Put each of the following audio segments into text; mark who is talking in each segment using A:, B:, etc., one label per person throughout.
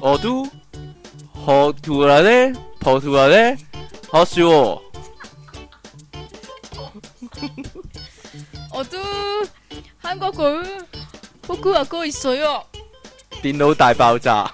A: 호두 호두라네 호두라네 허수오
B: 어두 한국어 복구하고 있어요.
A: 電腦大爆炸。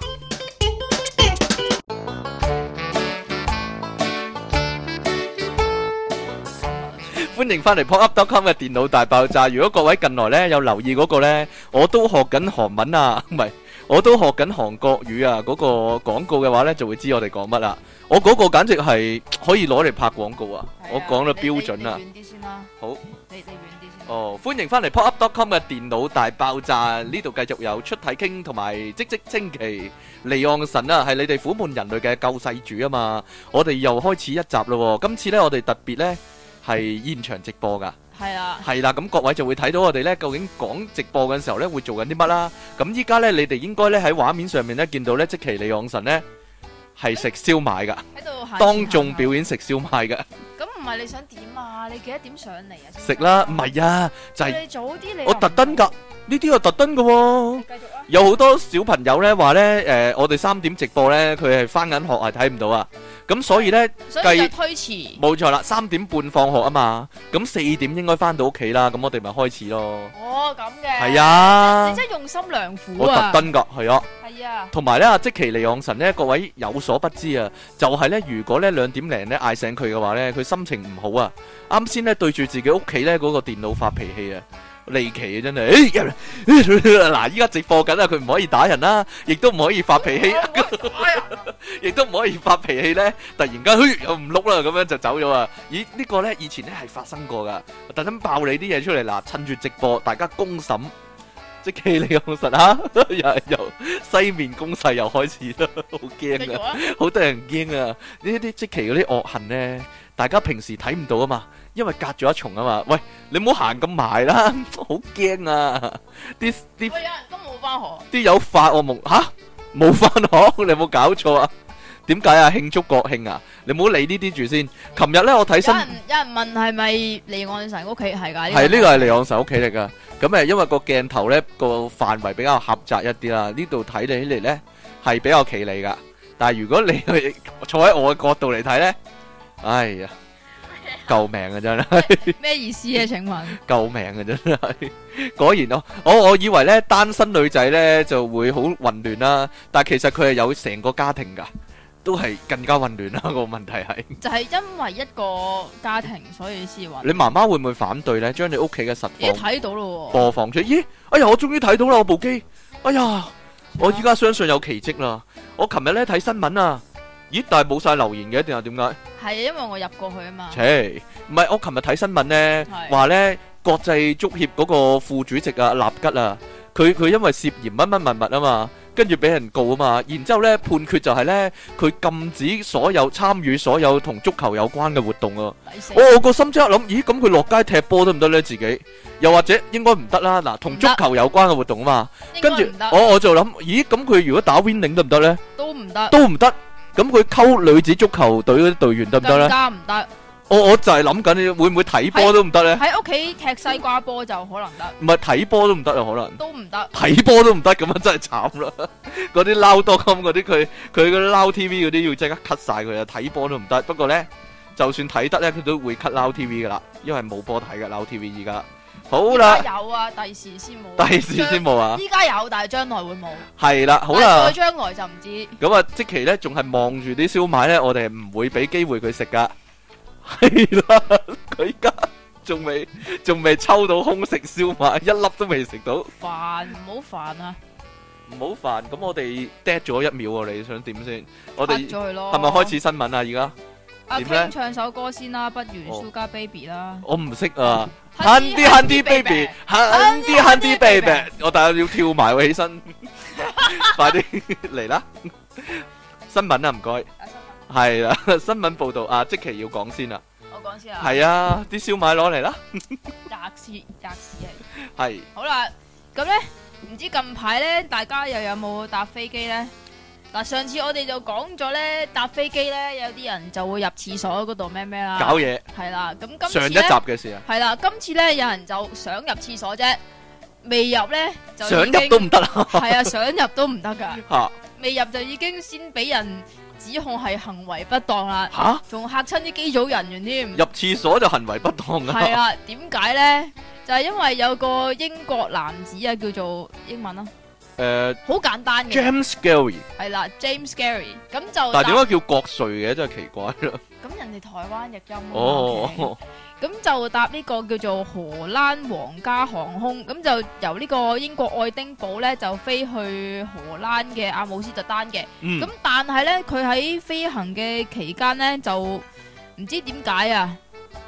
A: 歡迎翻嚟 popup.com 嘅電腦大爆炸。如果各位近來咧有留意嗰個咧，我都學緊韓文啊， 唔係，我都學緊韓國語啊。嗰、個廣告嘅話咧，就會知我哋講乜啦。我嗰個簡直係可以攞嚟拍廣告啊！我講到標準啊！
B: 你你你遠啲先啦。
A: 好
B: 你你遠啲先。
A: 哦，歡迎翻嚟 popup.com 嘅電腦大爆炸，呢度繼續有出體傾同埋積積清奇離岸神啊，係你哋苦悶人類嘅救世主啊嘛！我哋又開始一集咯喎，今次呢，我哋特別呢係現場直播噶，
B: 係啊啦，
A: 係啦，咁各位就會睇到我哋呢究竟講直播嘅時候呢會做緊啲乜啦。咁依家呢，你哋應該呢喺畫面上面呢見到呢，即其離岸神呢係食燒賣噶，
B: 喺度行。
A: 當眾表。演食燒賣噶，
B: 咁唔係你想點啊？你幾多點上嚟啊？
A: 食啦，唔係啊，就係、
B: 你早啲你。
A: 我特登。噶，呢啲我特登噶喎
B: 你。繼續啊。
A: 有好多小朋友咧話咧，誒、我哋三點直播咧，佢係翻緊學係睇唔到啊。咁所以咧，
B: 所以
A: 繼
B: 就推遲。
A: 冇錯啦，三點半放學啊嘛。咁四點應該翻到屋企啦。咁我哋咪開始咯。
B: 哦，咁嘅。
A: 係。啊
B: 你，真係用心良苦
A: 我特
B: 啊！
A: 登㗎，係啊。
B: 係啊，
A: 同埋咧，阿即其尼昂神咧，各位有所不知啊，就係、咧，如果咧兩點零咧嗌醒佢嘅話咧，佢心情唔好啊。啱先咧對住自己屋企咧嗰個電腦發脾氣啊，離奇啊真係。哎嗱，依家直播緊啊，佢唔可以打人啦，亦都唔可以發脾氣。亦都唔可以發脾氣咧，突然間，嘿又唔碌啦，咁樣就走咗啊！咦，呢個咧以前咧係發生過噶，我特登爆你啲嘢出嚟嗱，趁住直播大家公審，即係你老實啊， 又又西面攻勢又開始啦，好
B: 繼
A: 驚
B: 續
A: 啊！
B: 啊！
A: 好多人驚啊！呢啲即期嗰啲惡行咧，大家平時睇唔到啊嘛，因為隔咗一重啊嘛。喂，你唔好行咁埋啦， 好驚啊！啲啲
B: 喂，有人都冇翻學，
A: 啲有發惡夢吓，冇翻學， 你有冇搞錯啊？點解啊？慶祝國慶啊？你唔好理呢啲住先。琴日咧，我睇新
B: 有人有人問係咪離岸神屋企係㗎？
A: 係呢個係離岸神屋企嚟噶。咁誒，因為個鏡頭咧個範圍比較狹窄一啲啦，呢度睇起嚟咧係比較企理噶。但係如果你去坐喺我嘅角度嚟睇咧，哎呀，救命啊真係！
B: 個咩意思啊？請問
A: 救命啊！ 真係，果然我我我以為咧單身女仔咧就會好混亂啦，但係其實佢係有成個家庭噶，都係更加混亂啦。個問題 係，
B: 就係因為一個家庭所以先揾
A: 你媽媽會唔會反對咧？將你屋企嘅實
B: 已經
A: 況
B: 睇到咯喎，
A: 播放出，咦？哎呀，我終於睇到啦！我部機，哎呀，我依家相信有奇蹟啦！我琴日咧睇新聞啊，咦？但係冇晒留言嘅，定係點解？
B: 係啊，因為我入過去啊嘛，
A: 切，唔係我琴日睇新聞咧，
B: 係
A: 話咧國際足協嗰個副主席啊，納吉啊，佢佢因為涉嫌乜乜物物啊嘛，跟住俾人告啊嘛，然之後咧判決就係咧佢禁止所有參與所有同足球有關嘅活動啊。
B: 抵死
A: 我我個心即刻諗，咦咁佢落街踢波得唔得咧？自己又或者應該唔得啦。嗱，同足球有關嘅活動啊嘛，
B: 應該
A: 跟住
B: 唔得，
A: 我我就諗，咦咁佢如果打 winning 得唔得咧？
B: 都唔得，
A: 都唔得。咁佢溝女子足球隊嗰啲隊員得唔得咧
B: 更？加唔得，
A: 我我就係諗緊，會唔會睇波都唔得咧？
B: 喺屋企踢西瓜波就可能得，
A: 唔係睇波都唔得啊，可能
B: 都唔得，
A: 睇波都唔得咁樣真係慘啦！ 嗰啲撈多金嗰啲，佢佢嗰啲撈 TV 嗰啲要即刻 cut 晒佢啊！睇波都唔得。不過咧，就算睇得咧，佢都會 cut 撈 TV 噶啦，因為冇波睇噶撈 TV 依家。好啦
B: 依，家有啊，第時先冇，
A: 第時先冇啊
B: 將，依家有，但係將來會冇，
A: 係啦，好
B: 但係
A: 啦
B: 再，將來就唔知，
A: 咁啊，即期咧仲係望住啲燒賣咧，我哋係唔會俾機會佢食噶，係啦，佢依家仲未仲未抽到空食燒賣，一粒都未食到。
B: 煩唔好煩啊，
A: 唔好煩，咁我哋 dead 咗一秒喎，你想點先？我
B: 拍
A: 哋
B: 咗佢咯，
A: 係咪開始新聞啊？而 家
B: 阿
A: 點咧
B: King 唱首歌先啦，不如
A: 哦
B: Sugar Baby 啦
A: 我唔識啊，Handy Handy Baby，Handy Handy Baby，我但係要跳埋喎，起身， 快啲嚟啦！新聞啊，唔該，
B: 阿生
A: 係啦，新聞報導啊，即期要講先啊，
B: 我講先啊，
A: 係啊，啲燒賣攞嚟啦，
B: 吔屎吔屎係。
A: 係
B: 好啦，咁咧唔知近排咧，大家又有冇搭飛機咧？嗱，上次我哋就講咗咧，搭飛機咧，有啲人就會入廁所嗰度咩咩啦，
A: 搞嘢，
B: 係啦。咁今次
A: 上一集
B: 咧
A: 嘅事啊，
B: 係啦，今次咧有人就想入廁所啫，未入咧就
A: 想
B: 已經
A: 入都唔得啦，
B: 係啊，想入都唔得噶，
A: 嚇
B: 未入就已經先俾人指控係行為不當啦，
A: 吓？
B: 仲嚇親啲機組人員添。
A: 入廁所就行為不當啊！
B: 係啊，點解咧？就係因為有個英國男子啊，叫做英文啊，
A: 誒
B: 好簡單嘅，
A: Ờ, James Gary，
B: 係啦，James Gary。咁就
A: 但係點啊
B: 搭
A: 解叫國粹嘅？真係奇怪啦！
B: 咁人哋台灣譯音啊
A: 哦，
B: OK 咁就搭呢個叫做荷蘭皇家航空，咁就由呢個英國愛丁堡咧就飛去荷蘭嘅阿姆斯特丹嘅。
A: 嗯
B: 咁、， 但係咧，佢喺飛行嘅期間咧就唔知點解啊，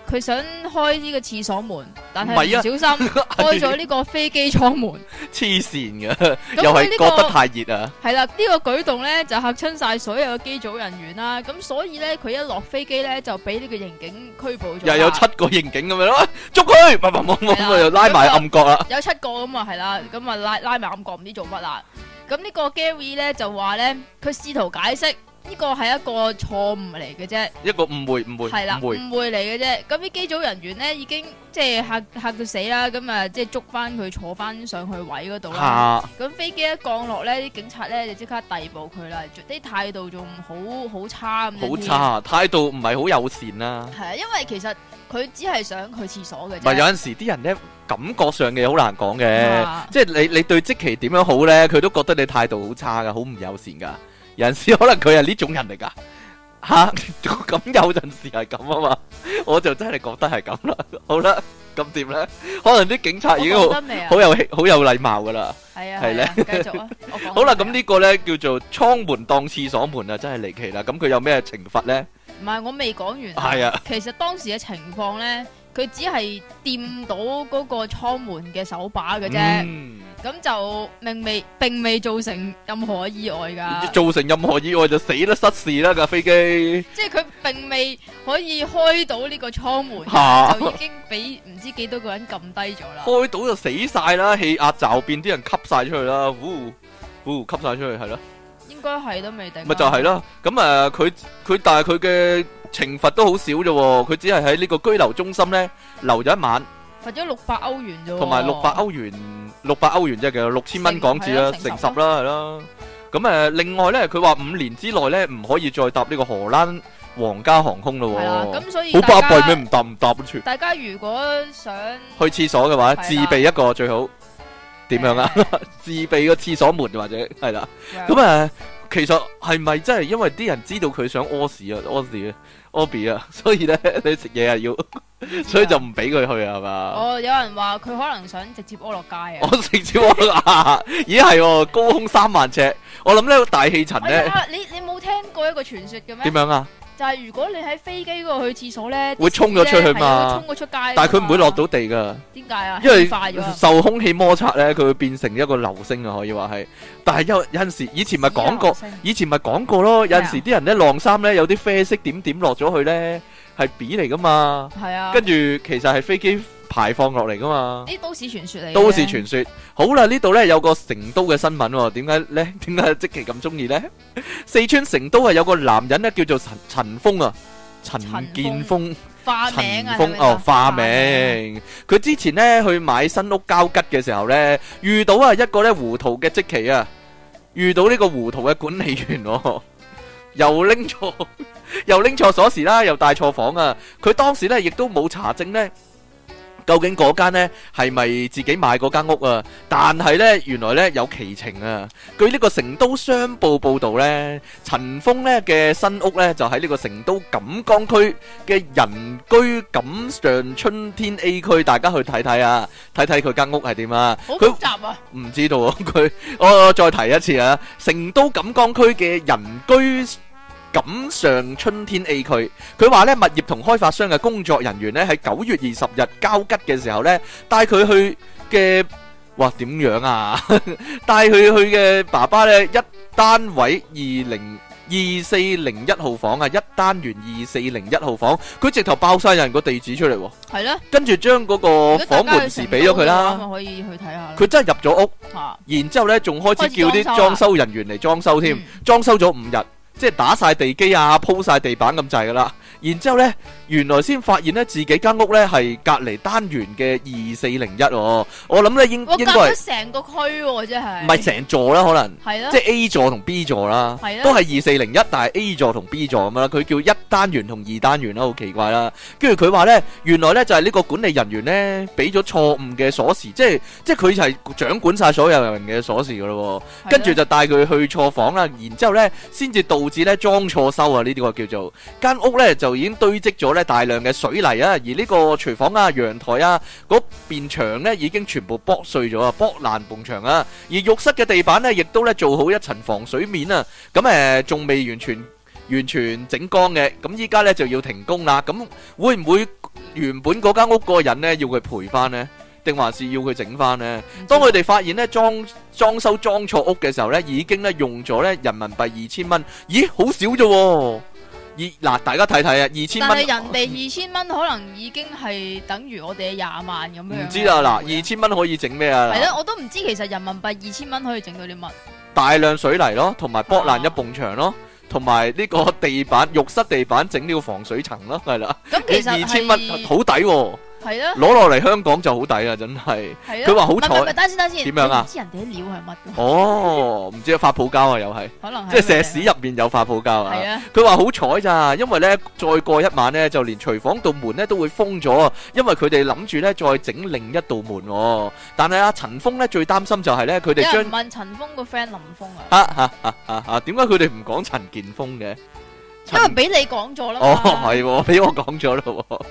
B: 佢想開呢個廁所門，但
A: 唔係啊
B: 係唔小心開咗呢個飛機艙 門。
A: 黐線嘅，
B: 咁
A: 又
B: 佢
A: 係
B: 呢
A: 覺得
B: 個
A: 太熱啊！
B: 係啦，呢、個舉動咧就嚇親晒所有嘅機組人員啦。咁所以咧，佢一落飛機咧就俾呢個刑警拘捕咗啦。
A: 又有七個刑警咁樣咯，捉佢！砰砰砰砰
B: 係啦
A: 又拉埋暗角啦。
B: 有七個咁啊，係啦，咁啊拉拉埋暗角唔知做乜啦。咁呢個 Gary 咧就話咧，佢試圖解釋呢個係一個錯誤嚟嘅啫，
A: 一個誤會，誤會，
B: 係啦，
A: 誤會。
B: 誤會嚟嘅啫。咁啲機組人員咧已經即係嚇嚇到死啦，咁啊即係捉翻佢坐翻上去位嗰度啦。
A: 嚇
B: 咁飛機一降落咧，啲警察咧就即刻逮捕佢啦，啲態度仲好好差咁。
A: 好。差，啊態度唔係好友善啦。
B: 係啊，因為其實佢只係想去廁所嘅
A: 唔係有
B: 啫。
A: 陣時啲人咧感覺上嘅好難講嘅。
B: 啊
A: 即係你你對即期點樣好咧，佢都覺得你態度好差噶，好唔友善噶。有陣時可能佢係呢種人 嚟噶，吓、咁有陣時係咁啊嘛。我就真係覺得係咁啦。 好啦，咁點咧？可能啲警察 已經
B: 我
A: 好
B: 講得未啊？
A: 好有氣好有禮貌噶啦。
B: 係啊，
A: 係咧
B: 係啊，繼續啊， 我講
A: 好啦，
B: 得未
A: 咁
B: 啊
A: 呢個咧叫做倉門當廁所門啊，真係離奇啦。咁佢有咩懲罰咧？
B: 唔係，我未講完。
A: 係啊，
B: 其實當時嘅情況咧，佢只係掂到嗰個艙門嘅手把嘅啫，
A: 嗯
B: 咁、就並未並未造成任何意 外㗎，
A: 造成任何意外就死啦，失事啦架飛機
B: 即係佢並未可以開到呢個艙門，
A: 嚇。
B: 就已經俾唔知幾多個人撳低咗啦。
A: 開到就死晒啦，氣壓驟變，啲人吸晒出去啦，呼呼吸晒出去係咯，
B: 應該係都未定啦。
A: 咪就係啦。咁誒，佢佢但係佢嘅懲罰都好少啫喎，佢只係喺呢個居留中心咧留咗一晚，
B: 罰咗六百歐元啫喎。
A: 同埋六百歐元，六百歐元即係嘅六千蚊港紙啦，
B: 乘
A: 乘
B: 係啊
A: 十
B: 乘十
A: 啦係啦。咁誒，另外咧，佢話五年之內咧唔可以再搭呢個荷蘭皇家航空咯
B: 係啦，
A: 喎，
B: 咁所以
A: 好
B: 大
A: 巴閉咩？
B: 家
A: 唔搭唔搭全
B: 大家如果想
A: 去廁所嘅話，
B: 係啦
A: 自備一個最好點樣啊？？ 自備個廁所門或者係啦。咁
B: 咁
A: 啊，其實係咪真係因為啲人知道佢想屙屎啊、屙屎啊、屙 B 啊， 所以咧你食嘢啊要，所以就唔俾佢去啊，係嘛？
B: 哦，有人話佢可能想直接屙落街啊。
A: 我直接屙啦， 咦係喎，高空三萬尺，我諗咧大氣層
B: 哎
A: 咧
B: 呀，你你冇聽過一個傳說嘅咩
A: 點？樣啊？
B: 就係如果你喺飛機嗰度去廁所咧，
A: 會衝咗出去嘛
B: 係會衝咗出街㗎嘛。
A: 但係佢唔會落到地噶，
B: 點解啊？
A: 因為
B: 快咗啊。
A: 受空氣摩擦咧，佢會變成一個流星啊，可以話係。但係有有陣時以前咪講過。以前咪講過咯，有陣時啲人咧晾衫咧有啲啡色點點落咗去咧係 B 嚟噶嘛。
B: 係啊。
A: 跟住其實係飛機排放落嚟噶嘛，
B: 啲都市傳說嚟嘅。
A: 都市傳說。好啦，呢度呢有個成都嘅新聞喎，點解呢？ 點解即期咁中意呢？四川成都啊，有個男人呢叫做陳陳峰啊，陳
B: 陳
A: 建峰，
B: 化名啊。
A: 陳峰
B: 係咪
A: 哦
B: 啊，
A: 化。名。佢之前呢去買新屋交吉嘅時候呢，遇到啊一個呢糊塗嘅即期啊，遇到呢個糊塗嘅管理員喎， 又拎錯。 又拎錯鎖匙啦，又帶錯房啊！佢當時呢亦都冇查證呢，究竟嗰間呢係咪自己買嗰間屋啊？但係呢，原來呢有奇情啊！據呢個成都商報報導呢，陳峰呢嘅新屋呢就喺呢個成都錦江區嘅人居錦上春天 A 區，大家去睇睇啊，睇睇佢間屋係點啊！
B: 好
A: 佢
B: 複雜啊！
A: 唔知道啊，佢 我再提一次啊，成都錦江區嘅人居錦上春天 A 區，佢話呢物業同開發商嘅工作人員呢，喺九月二十日交吉嘅時候呢，帶佢去嘅，哇點樣啊？ 帶佢去嘅爸爸呢，一單位二零。二四零一號房啊，一單元二四零一號房，佢直頭爆晒人個地址出嚟喎，
B: 係咯。
A: 跟住將嗰個
B: 如果大
A: 房
B: 家
A: 門
B: 去
A: 匙
B: 成
A: 俾咗佢
B: 都嘅話
A: 啦，
B: 咪可以去睇下咯。
A: 佢真係入咗屋。
B: 嚇
A: 然之後咧，仲開始叫
B: 開始
A: 啲裝
B: 裝啊
A: 修人員嚟裝修添
B: 嗯，
A: 裝修咗五日，即係打晒地基啊，鋪晒地板咁滯噶啦。然之後呢，原來先發現呢，自己間屋呢係隔離單元嘅二四零一喎。我諗呢應
B: 我
A: 應
B: 隔
A: 該係
B: 咗成個區喎，真係
A: 唔係成座啦，可能。
B: 係咯
A: 即，係 A 座同 B 座啦
B: 係，啦
A: 都係二四零一，但係 A 座同 B 座咁啦，佢叫一單元同二單元啦，好奇怪啦。跟住佢話呢，原來呢就係呢個管理人員呢俾咗錯誤嘅鎖匙，即係即係佢就係掌管晒所有人嘅鎖匙噶咯
B: 係咯啊
A: 喎。跟啊住就帶佢去錯房啦，然之後呢先至導致呢裝錯修啊，呢啲個叫做間屋呢就已經堆積咗呢大量嘅水泥啊，而呢個廚房啊、陽台啊嗰邊牆呢已經全部剝碎咗啊，剝爛埲牆啊。而浴室嘅地板呢，亦都咧做好一層防水面啊。咁誒，仲、未完全完全整光嘅，咁依家呢就要停工啦。咁會唔會原本嗰間屋嗰個人呢要佢賠翻呢？定還是要佢整翻呢？
B: 唔知
A: 當佢哋發現呢裝裝修裝錯屋嘅時候呢，已經呢用咗呢人民幣二千蚊，咦，好少啫喎！而嗱，大家睇睇啊，二千
B: 但係
A: 蚊。
B: 人哋二千蚊可能已經係等於我哋嘅廿萬咁樣。
A: 唔知啦，嗱，二千蚊可以整咩啊？
B: 係咯，我都唔知其實人民幣二千蚊可以整到啲乜。
A: 大量水泥咯，同埋剝爛一埲牆咯，同埋呢個 地板浴室地板整呢個防水層咯，係啦，
B: 咁其實
A: 二千蚊
B: 係
A: 好抵喎，
B: 係咯，
A: 攞落嚟香港就好抵啊，真係。
B: 係
A: 佢
B: 咯。
A: 話好
B: 唔係唔係唔係
A: 彩，
B: 等先等先，
A: 點樣啊
B: 你唔知人哋啲料係乜㗎？
A: 哦，唔知啊，發泡膠啊，又係，
B: 可能
A: 即係啊石屎入面有發泡膠啊
B: 係。啊，
A: 佢話好彩咋，因為呢，再過一晚呢，就連廚房道門呢都會封咗，因為佢哋諗住呢再整另一道門、喎。但係阿陳峰呢，最擔心就係呢，佢
B: 有
A: 哋將
B: 人問陳峰個 friend 林峰啊，
A: 啊啊啊啊啊！點解佢哋唔講陳建峰嘅？
B: 因為
A: 陳
B: 俾你講咗啦嘛。
A: 哦，係喎，俾我講咗咯。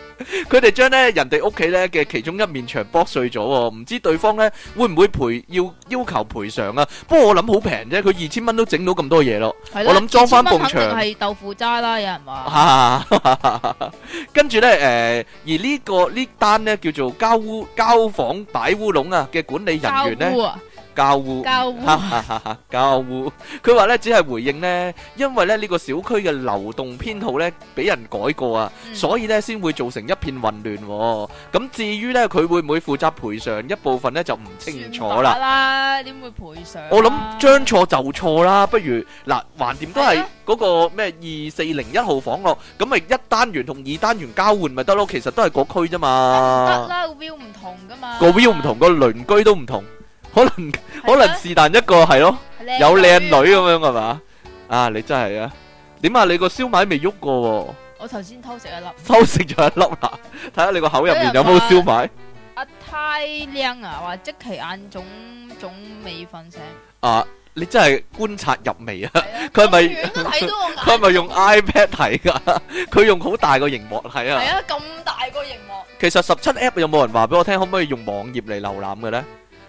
A: 佢哋將咧人哋屋企咧嘅其中一面牆剝碎咗喎，唔知對方咧會唔會賠要要求賠償啊？不過我諗好平啫，佢二千蚊都整到咁多嘢咯。
B: 係咯
A: 我諗裝返埲牆啊
B: 2000蚊肯定係豆腐渣啦，有人話。
A: 跟住咧，誒、而呢、個呢單咧叫做交污交房擺烏龍啊嘅管理人
B: 交
A: 員咧
B: 污。啊，
A: 交污，
B: 交污
A: 哈哈哈哈 交污。佢話咧，只係回應呢，因為咧呢個小區嘅流動編號咧俾人改過啊，
B: 嗯
A: 所以咧先會造成一片混亂喎。咁至於咧佢會唔會負責賠償一部分咧就唔清楚
B: 算法
A: 啦。
B: 啦，點會賠償啊？
A: 我諗將錯就錯啦，不如嗱，橫掂都
B: 係
A: 係
B: 啊
A: 嗰個咩二四零一號房咯，咁咪一單元同二單元交換咪得咯，其實都係嗰區啫
B: 得
A: 嘛，
B: 啦，個 view 唔同噶嘛，
A: 個 view 唔同，個鄰居都唔同，可能
B: 係
A: 可
B: 啦，
A: 能是但一個係咯。
B: 靚
A: 有靚女咁樣係嘛？啊，你真係啊！點啊？你個燒賣未喐過
B: 我頭先偷食一粒，
A: 喎， 收食咗一粒啦。 睇下你個口入面有冇燒賣
B: 阿太靚啊，話即其眼腫腫未瞓醒，
A: 啊！你真係觀察入微啊！
B: 係啊
A: 佢係咪
B: 咁遠都睇到我眼，
A: 佢係咪用 iPad 睇㗎？ 佢用好大個熒幕睇
B: 係
A: 啊！
B: 啊咁大個熒幕，
A: 其實十七 App 有冇人話俾我聽，可唔可以用網頁嚟瀏覽嘅咧？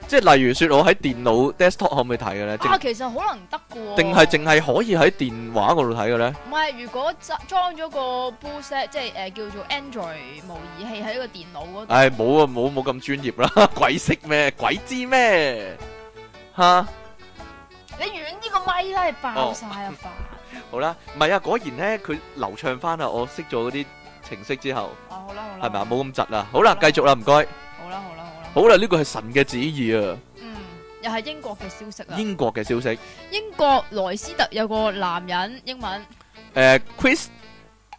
A: 即係例如說，我喺電腦 desktop 可唔可以睇嘅咧？定
B: 啊其實可能得噶喎，
A: 定係淨係可以喺電話嗰度睇嘅咧？
B: 唔係如果裝裝咗個 boost 即係誒叫做 Android 模擬器喺個電腦嗰度，
A: 唉，冇啊，冇冇咁專業啦，鬼識咩？鬼知咩？吓！
B: 你遠啲個咪啦，你爆晒啊煩！
A: 好啦，唔係啊，果然咧佢流暢翻啦，我識咗嗰啲程式之後，
B: 啊好啦好啦，
A: 係咪啊？冇咁窒啦。好啦，繼續啦，唔該。
B: 好啦好啦好啦，
A: 好啦，呢個係神嘅旨意啊，
B: 嗯，又係英國嘅消息啦。
A: 英國嘅消息。
B: 英國萊斯特有個男人，英文
A: 誒，Chris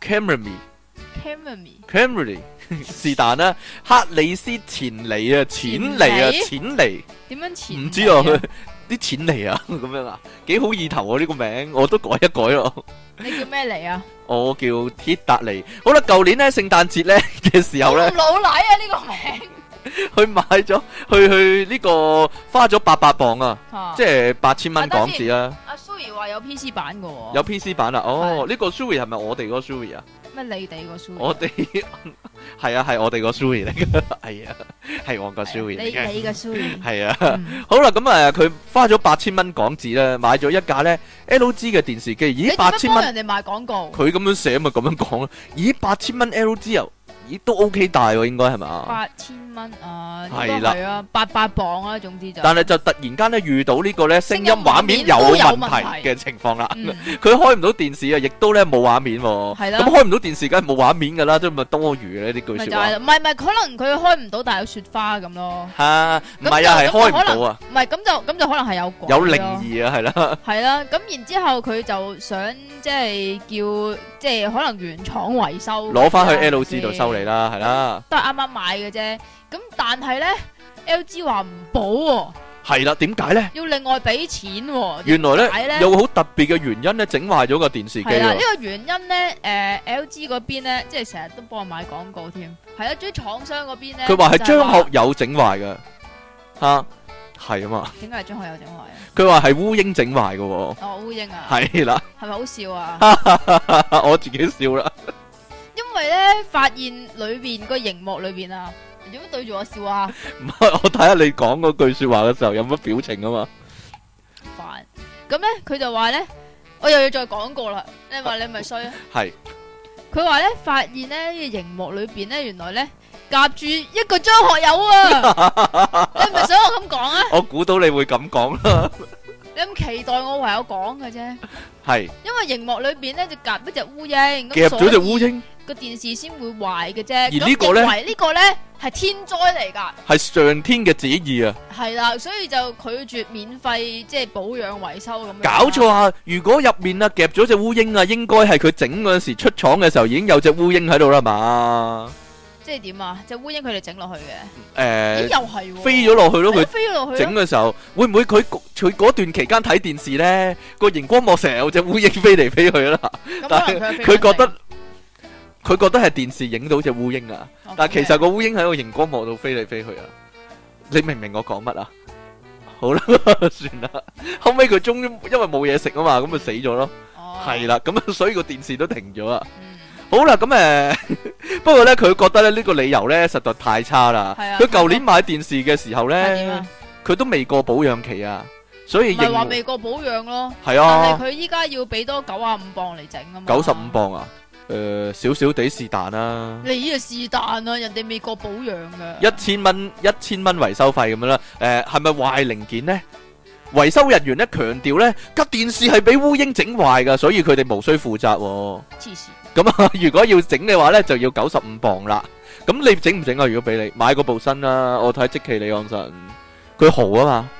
A: Cameron，Cameron
B: c a m e r y
A: 是但啦，克里斯前尼啊，前尼啊，前尼，
B: 點樣前？
A: 唔知啊，佢啲錢尼啊， 咁樣啊，幾好意頭啊呢個名，我都改一改咯。
B: 你叫咩嚟啊？
A: 我叫鐵達尼。好啦，舊年咧聖誕節咧嘅時候咧
B: 咁。老奶啊呢個名
A: 佢買咗去去呢個花咗八百磅啊，
B: 啊！
A: 即係八千蚊港紙啦，
B: 阿 Suri 話有 PC 版嘅喎，
A: 有 PC 版啦。哦，呢個 Suri 係咪我哋嗰個 Suri 啊？
B: 咩你哋個 Suri？
A: 我哋係啊，係我哋個 Suri 嚟嘅， 係啊，係我個 Suri
B: 你
A: 嚟嘅，
B: 你嘅 Suri
A: 係啊。
B: 嗯
A: 好啦，咁啊，佢花咗八千蚊港紙啦，買咗一架咧 LG 嘅電視機，咦，
B: 你做
A: 八
B: 乜
A: 千
B: 幫
A: 蚊，
B: 人哋賣廣告？
A: 佢咁樣寫咪咁樣講咯，咦，八千蚊 LG 又咦都 OK 大喎，應該係嘛？
B: 八千蚊啊，
A: 係
B: 應該係啊，八百磅啊，總之就
A: 但係就突然間咧遇到呢個咧聲音
B: 聲音
A: 畫面有
B: 畫面都有
A: 問
B: 問
A: 題
B: 題
A: 嘅情況啦。
B: 嗯
A: 佢開唔到電視啊，亦都咧冇畫面喎。
B: 係啦
A: 咁開唔到電視，梗係冇畫面噶啦，都咪多餘嘅呢句
B: 咪就
A: 説話
B: 係。唔係唔係，可能佢開唔到，但係有雪花咁咯。
A: 嚇，唔係啊，係
B: 咁就
A: 開唔
B: 咁就可
A: 到啊，
B: 唔係咁就咁就可能係有鬼
A: 有靈
B: 咯
A: 異啊，係啦，
B: 係啦，咁然之後佢就想即係叫即係可能原廠維修，
A: 攞翻去 L G 度收你，啦，係啦，
B: 都係啱啱買嘅啫。咁但係咧，LG 話唔補喎，
A: 係啦，點解咧？
B: 要另外俾錢喎。
A: 原來咧
B: 解咧
A: 有個好特別嘅原因咧，整壞咗個電視機
B: 係啦，
A: 喎
B: 呢。個原因咧，誒 LG 嗰邊咧，即係成日都幫我買廣告添。係啦，至於廠商嗰邊咧，
A: 佢話係
B: 就
A: 張
B: 話
A: 學友整壞嘅，嚇係啊嘛。
B: 點解係張學友整壞啊？
A: 佢話係烏蠅整壞嘅喎，
B: 哦，烏蠅啊，
A: 係啦，
B: 係咪好笑啊？
A: 我自己笑啦。
B: 因為咧，發現裏邊個熒幕裏邊啊，你做乜對住我笑啊？
A: 唔係 我睇下你講嗰句説話嘅時候有乜表情啊嘛。
B: 煩。咁咧，佢就話咧，我又要再講過啦。你話你 咪衰啊？
A: 係
B: 佢話咧，發現咧，呢個熒幕裏邊咧，原來咧夾住一個張學友啊！你係咪想我咁講 啊？
A: 我估到你會咁講啦。
B: 你咁期待我唯有講嘅啫。
A: 係
B: 因為熒幕裏邊咧就夾一隻烏蠅，
A: 夾
B: 咁
A: 咗隻烏
B: 所以
A: 蠅，
B: 個電視先會壞嘅啫。
A: 而呢
B: 咁
A: 個咧
B: 認為呢個咧係天災嚟㗎，
A: 係上天嘅旨意啊！
B: 係啦，所以就拒絕免費即係保養維修咁樣。
A: 搞錯！啊！如果入面啊夾咗隻烏蠅啊，應該係佢整嗰陣時出廠嘅時候已經有隻烏蠅喺度啦嘛。
B: 即係點啊？隻烏蠅佢哋整落去
A: 誒、
B: 嘅，咦又係喎
A: 飛咗落去咯，
B: 係
A: 佢
B: 啊飛咗落去咯
A: 整嘅時候，會唔會佢佢嗰段期間睇電視咧，個熒光幕成日有隻烏蠅飛嚟飛去啦？
B: 咁
A: 但
B: 可能
A: 係
B: 係
A: 佢
B: 非常
A: 覺得
B: 正
A: 佢覺得係電視影到隻烏蠅啊，
B: 啊哦
A: 但係其
B: 咁
A: 實個烏蠅喺個熒光幕度飛嚟飛去啊！你明唔明我講乜啊？好啦， 算啦。後尾佢終於因為冇嘢食啊嘛，咁咪死咗咯。
B: 嘅哦
A: 係啦，咁啊，所以個電視都停咗啊。
B: 嗯
A: 好啦，咁誒， 不過咧，佢覺得咧呢個理由咧實在太差啦。
B: 係啊
A: 佢舊年買電視嘅時候
B: 係點
A: 咧
B: 啊，
A: 佢都未過保養期啊，所以
B: 唔係話
A: 認
B: 未過保養咯，
A: 係
B: 但係
A: 啊，
B: 佢依家要俾多九啊五磅嚟整啊嘛。
A: 九十五，磅啊，誒少少地是但啦。
B: 你呢個是但啊，人哋未過保養嘅。
A: 一千蚊一千蚊維修費咁樣啦。誒係咪壞零件呢？維修人員咧強調咧，架電視係俾烏蠅整壞㗎，所以佢哋無需負責、喎。
B: 黐線，
A: 咁啊， 如果要整嘅話咧，就要九十五磅啦。咁你整唔整啊？如果俾你買個部新啦，我睇即其李昂臣，佢豪啊嘛，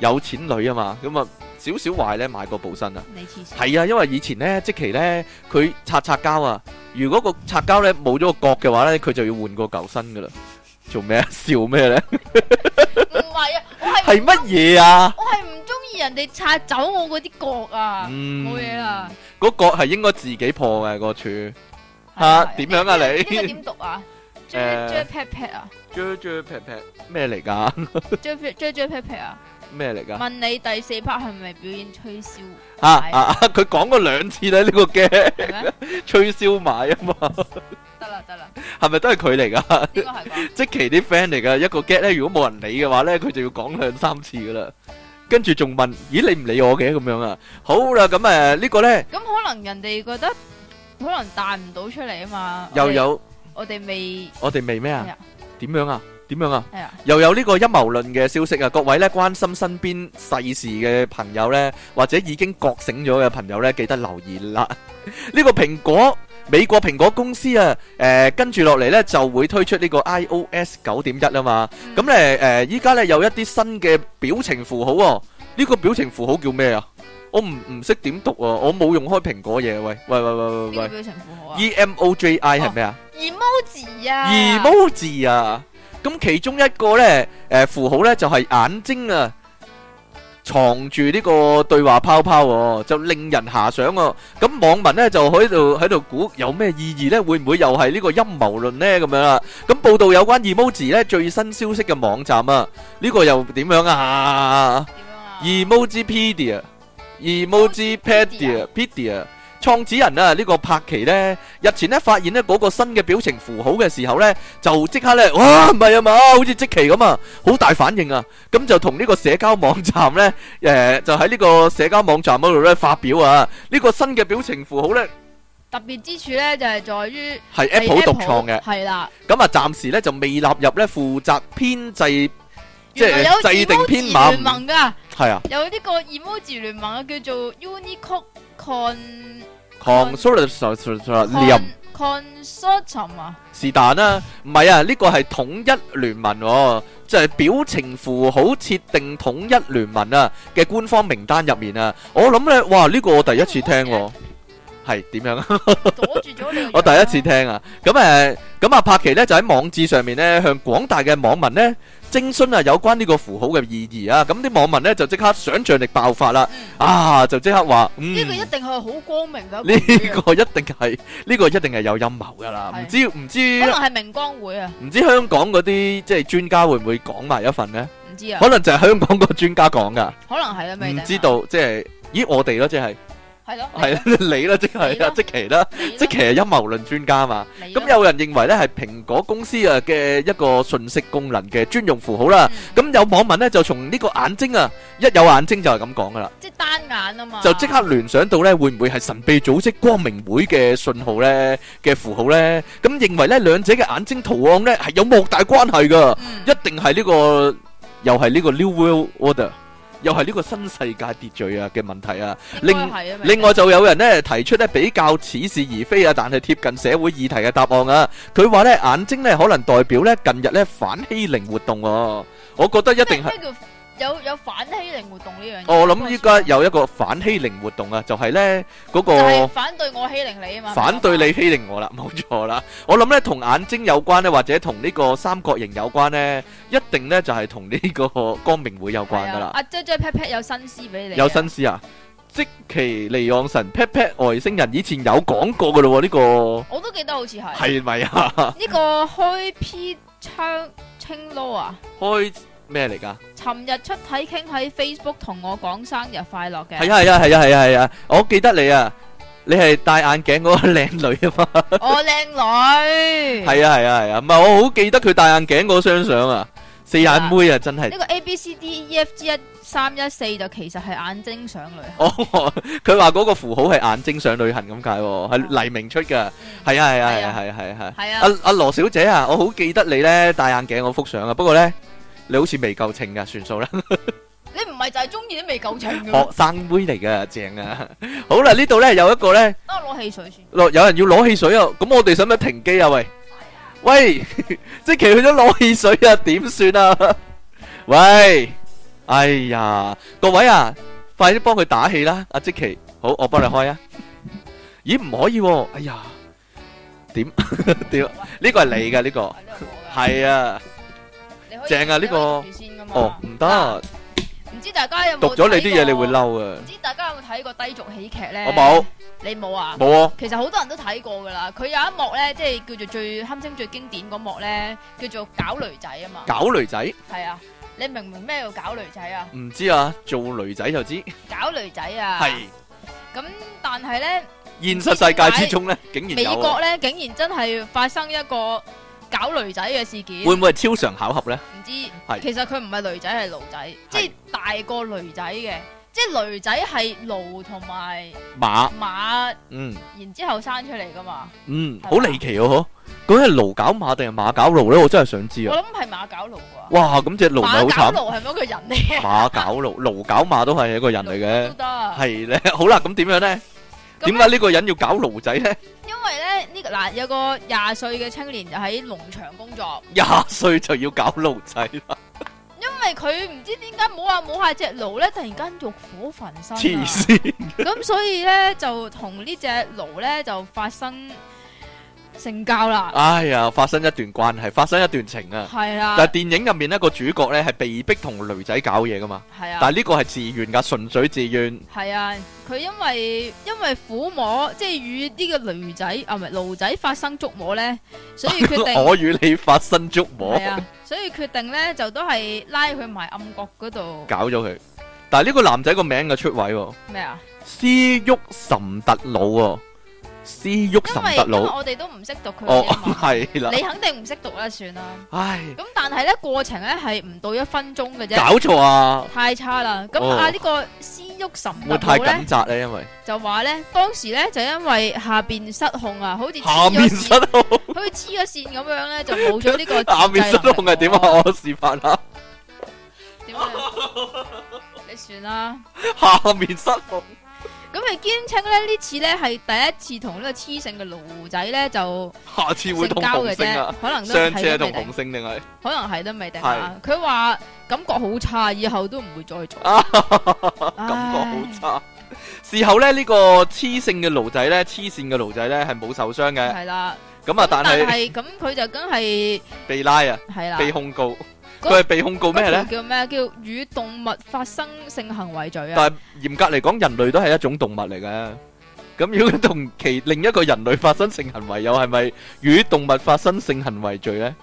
A: 有錢女啊嘛，咁啊少少壞咧買個部新啊。
B: 你黐線。
A: 係啊，因為以前咧，即期咧，佢擦擦膠啊，如果個擦膠咧冇咗個角嘅話咧，佢就要換個舊身噶啦。做咩啊？笑咩咧？
B: 唔係啊，我係
A: 係乜嘢啊？
B: 我係唔中意人哋拆走我嗰啲角啊，
A: 嗯，
B: 冇嘢啦。。
A: 嗰角係應該自己破嘅個柱。
B: 係啊
A: 點樣啊
B: 呢
A: 你
B: 呢個點讀 啊
A: 誒
B: ？J J pat pat 啊
A: 啫啫劈劈咩嚟噶？
B: ，J J J pat pat 啊。
A: 咩嚟噶？
B: 問你第四 part 係咪表演吹簫？
A: 啊啊！啊佢講過兩次咧，呢 個嘅
B: 係 咩？
A: 吹燒賣啊嘛，
B: 得啦得啦，
A: 係咪都係佢嚟噶？
B: 應該係啩？
A: 即期啲 friend 嚟噶，一個 get 咧，如果冇人理嘅話咧，佢就要講兩三次噶啦。跟住仲問：咦，你唔理我嘅咁樣啊？好啦，咁誒呢個咧
B: 咁可能人哋覺得可能彈唔到出嚟啊嘛。
A: 又有
B: 我哋我哋未
A: 我哋未咩
B: 係
A: 啊
B: 啊？
A: 點樣啊？點樣啊？
B: 係啊，
A: 又有呢個陰謀論嘅消息啊！各位咧關心身邊世事嘅朋友咧，或者已經覺醒咗嘅朋友咧，記得留意啦。 呢個蘋果美國蘋果公司啊，誒跟住落嚟咧就會推出呢個 iOS 九點一啊嘛。
B: 嗯
A: 咁咧誒，依家咧有一啲新嘅表情符號喎。呢個表情符號叫咩啊？我唔唔識點讀啊！我冇用開蘋果嘢。喂喂喂喂
B: 邊
A: 喂
B: 個
A: 喂
B: 表情符號啊
A: ，E M O J I 係咩啊？
B: ？emoji 啊
A: emoji 啊，咁其中一個咧，誒、符號咧就係、眼睛啊，藏住呢個對話泡泡、喎，就令人遐想喎、咁網民咧就喺度喺度估有咩意義咧？會唔會又係呢個陰謀論咧？咁樣啦。咁報道有關 emoji 咧最新消息嘅網站啊，呢、個又點樣啊？
B: 點樣啊
A: Emojipedia、Emojipedia、Pedia 創始人啊，呢、個柏奇呢，日前呢發現呢嗰、個新嘅表情符號嘅時候呢，就即刻呢，哇唔係啊嘛，好似即期咁啊，好大反應啊！咁就同呢個社交網站呢，誒、就喺呢個社交網站嗰度呢發表啊，呢、個新嘅表情符號呢，
B: 特別之處咧就係在於
A: 係 Apple 獨創嘅。
B: 係啦，
A: 咁啊，暫時咧就未納入咧負責編制，即
B: 原來有
A: 係制定編
B: emoji
A: 碼
B: 聯
A: 唔。
B: 盟㗎，
A: 係啊
B: 有呢個 emoji 聯盟啊，叫做 Unicode Con
A: ，Consortium
B: Con- Consortium 啊，
A: 是但啦，唔係啊，呢個係統一聯盟喎，即係表情符號設定統一聯盟啊嘅官方名單入面啊。我諗咧，哇，呢個我第一次聽喎，係點樣啊？
B: 阻住咗你。
A: 我第一次。聽啊，咁誒，咁啊，柏奇咧就喺網誌上面咧向廣大嘅網民咧徵詢啊有關呢個符號嘅意義啊，咁啲網民咧就即刻想像力爆發啦，啊就即刻話嗯。
B: 嗯呢個一定係好光明嘅
A: 呢
B: 一個會
A: 個
B: 啊，
A: 一定係呢個一定係有陰謀㗎啦，唔
B: 係
A: 知唔知
B: 可能係明光會啊，
A: 唔知香港嗰啲即係專家會唔會講埋一份呢？
B: 唔知啊
A: 可，能就係香港個專家講噶，
B: 可能係啊，未
A: 唔
B: 定啊
A: 知，道即係咦我哋咯，即係
B: 係咯，
A: 係啦你啦，即係
B: 你
A: 啦
B: 咯，
A: 即期啦，即期係陰謀論專家嘛。
B: 咁
A: 咁有人認為咧係蘋果公司啊嘅一個信息功能嘅專用符號啦。咁有網民咧就從呢個眼睛啊，一有眼睛就係咁講噶啦，
B: 即係單眼啊嘛，
A: 就即刻聯想到咧會唔會係神秘組織光明會嘅信號咧嘅符號咧？咁認為咧兩者嘅眼睛圖案咧係有莫大關係噶。
B: 嗯
A: 一定係呢、個又係呢個 New World Order，又係呢個新世界秩序啊嘅問題啊。另
B: 應該係啊未定
A: 另外就有人咧提出咧比較似是而非啊，但係貼近社會議題嘅答案啊。佢話咧眼睛咧可能代表咧近日咧反欺凌活動喎、我覺得一 定係
B: 咩。咩叫有有反欺凌活動呢樣嘢？
A: 我諗依家有一個反欺凌活動啊，就係咧嗰
B: 就係
A: 個
B: 反對我欺凌你啊嘛，
A: 反對你欺凌我啦，冇 錯啦。我諗咧同眼睛有關咧，或者同呢個三角形有關咧，一定咧就係同呢個光明會有
B: 係啊
A: 關噶啦。
B: 阿 J J Pat Pat 有新詩俾你啊，
A: 有新思啊！即其利昂神 pat pat 外星人以前有講過噶咯喎，呢、
B: 我都記得好似係
A: 個係咪啊？
B: 呢個開 P 窗清 law 啊。
A: 開咩嚟㗎？
B: 尋日出體傾喺 Facebook 同我講生日快樂 嘅，
A: 係啊係啊係啊係啊係啊！我記得你啊，你係戴眼鏡嗰個靚女啊嘛，
B: 我靚女，
A: 係啊係啊係啊，唔係我好記得佢戴眼鏡嗰張相啊，四眼妹啊真係
B: 呢。個 A B C D E F G 一三一四就其實係眼睛上旅行，
A: 哦，佢話嗰個符號係眼睛上旅行咁解喎，係黎明出㗎。係啊係啊係啊係啊係啊係啊！
B: 係
A: 阿
B: 啊，
A: 阿羅小姐啊，我好記得你咧戴眼鏡嗰幅相啊，不過咧你好似未夠稱㗎，算數啦。
B: 你唔係就係中意啲未夠情嘅，
A: 學生妹嚟噶，正啊！ 好啦，呢度咧有一個咧，
B: 等我攞汽水先，
A: 落有人要攞汽水啊！咁我哋使唔使停機啊？喂喂， 即期去咗攞汽水啊， 點算啊？喂，哎呀，各位啊，快啲幫佢打氣啦！阿即期，好，我幫你開啊！咦，唔可以喎、哎呀，點點？呢個係你嘅呢個，
B: 係呢個我㗎
A: 係啊，
B: 你可以
A: 正啊呢個
B: 你可以住先㗎嘛
A: 哦，唔
B: 嗱
A: 得，
B: 唔知大家有冇
A: 讀咗你啲嘢
B: 睇過
A: 你會，嬲啊
B: 唔！知大家有冇睇過低俗喜劇咧？
A: 我冇，
B: 你冇啊？
A: 冇啊，
B: 其實好多人都睇過㗎啦，佢有一幕咧，即係叫做最堪稱最經典嗰幕咧，叫做搞女仔啊嘛。
A: 搞女仔，
B: 係啊，你明唔明咩叫搞女仔啊？
A: 唔知啊，做女仔就知，
B: 搞女仔啊！
A: 係。
B: 咁，但係咧，
A: 現實世界之中咧，竟然
B: 美
A: 有啊
B: 國咧竟然真係發生一個搞女仔嘅事件，
A: 會
B: 唔
A: 唔會係超常巧合咧？
B: 知
A: 係
B: 其實佢唔係女仔係奴仔，即係大過女仔嘅，即係女仔係奴同埋
A: 馬，
B: 馬，
A: 嗯
B: 然之後生出嚟噶嘛。
A: 嗯，
B: 係嘛
A: 好離奇哦！嗬，咁係驢搞馬定係馬搞驢咧？我真係想知
B: 我
A: 啊！
B: 諗係馬搞奴啩，
A: 哇，咁只驢咪好
B: 馬搞
A: 慘，
B: 奴係咪一個人嚟嘅？
A: 馬搞驢，驢搞馬都係一個人嚟
B: 都
A: 嘅，
B: 得啊。
A: 係咧。好啦，咁點樣咧？
B: 咁
A: 點解呢個人要搞驢仔咧？
B: 因為咧呢、個嗱有個廿歲嘅青年就喺農場工作，
A: 廿歲就要搞驢仔啦，
B: 因為佢唔知點解摸下摸下只驢咧，突然間欲火焚身、
A: 黐
B: 啊，
A: 線！
B: 咁所以咧就同呢只驢咧就發生性交啦，
A: 哎呀，發生一段關係，發生一段情啊！但係
B: 係啦，
A: 電影入面呢個主角咧係被逼同女仔搞嘢噶嘛，
B: 係啊
A: 但。係呢個係自願噶，純粹自願。
B: 係啊，佢因為因為抚摸，即係與呢個女仔啊，唔係驢仔發生觸摸咧，所以決定
A: 我與你發生觸摸，
B: 係啊，所以決定咧就都係拉佢埋暗角嗰度
A: 搞咗佢。但係呢個男仔個名嘅出位喎，
B: 咩啊？
A: 斯沃岑特魯喎，斯沃
B: 因
A: 岑
B: 為
A: 特
B: 因為
A: 魯，
B: 我哋都唔識讀佢
A: 哦
B: 嘅英 文。
A: 係啦，
B: 你肯定唔識讀啦，算啦。
A: 唉，
B: 咁但係咧過程咧係唔到一分鐘嘅啫，
A: 搞錯啊！
B: 太差啦。咁
A: 哦
B: 啊呢個 C 喐岑
A: 會
B: 特
A: 太
B: 佬咧
A: 緊窄咧？因為
B: 就話咧，當時咧就因為下邊失控啊，好似
A: 下
B: 黐咗
A: 面
B: 線
A: 失控，
B: 好似黐咗線咁樣咧，就冇咗 呢個
A: 下面失控係點啊？
B: 控
A: 我示範啦，
B: 點啊？你算啦。
A: 下面失控，
B: 咁佢堅稱咧呢次咧係第一次同呢個黐性嘅奴仔咧就
A: 下次會
B: 性
A: 同
B: 交
A: 同
B: 嘅
A: 性啊
B: 啫，，可能都
A: 上次
B: 係
A: 係
B: 都
A: 同啊
B: 未定啊
A: 同，性定係
B: 可能係都未定啊。佢話感覺好差，以後都唔會 再做。
A: 感
B: 唉
A: 覺好差。事後咧呢個黐性嘅奴仔咧，黐線嘅奴仔咧係冇受傷嘅，
B: 係啦。
A: 咁啊但係
B: 係咁，佢就梗係
A: 被拉啊，
B: 係啦。
A: 被控告，
B: 嗰
A: 佢係被控告咩咧
B: 嗰條？叫咩？叫與動物發生性行為罪啊！
A: 但係嚴格嚟講，人類都係一種動物嚟嘅。咁如果同其另一個人類發生性行為，又係咪與動物發生性行為罪咧？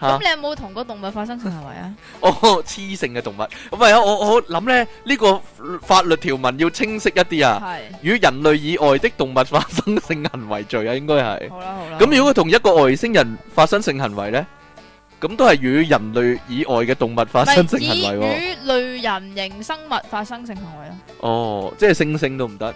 A: 嚇、
B: 咁你有冇同個動物發生性行為啊？
A: 哦，黐性嘅動物，唔係啊！我我諗咧，呢、個法律條文要清晰一啲啊，
B: 係，
A: 與人類以外的動物發生性行為罪啊，應該係。
B: 好啦好啦。
A: 咁如果同一個外星人發生性行為咧，咁都係與人類以外嘅動物發生性行為喎、
B: 與類人形生物發生性行為咯，
A: 哦，即係猩猩都唔得，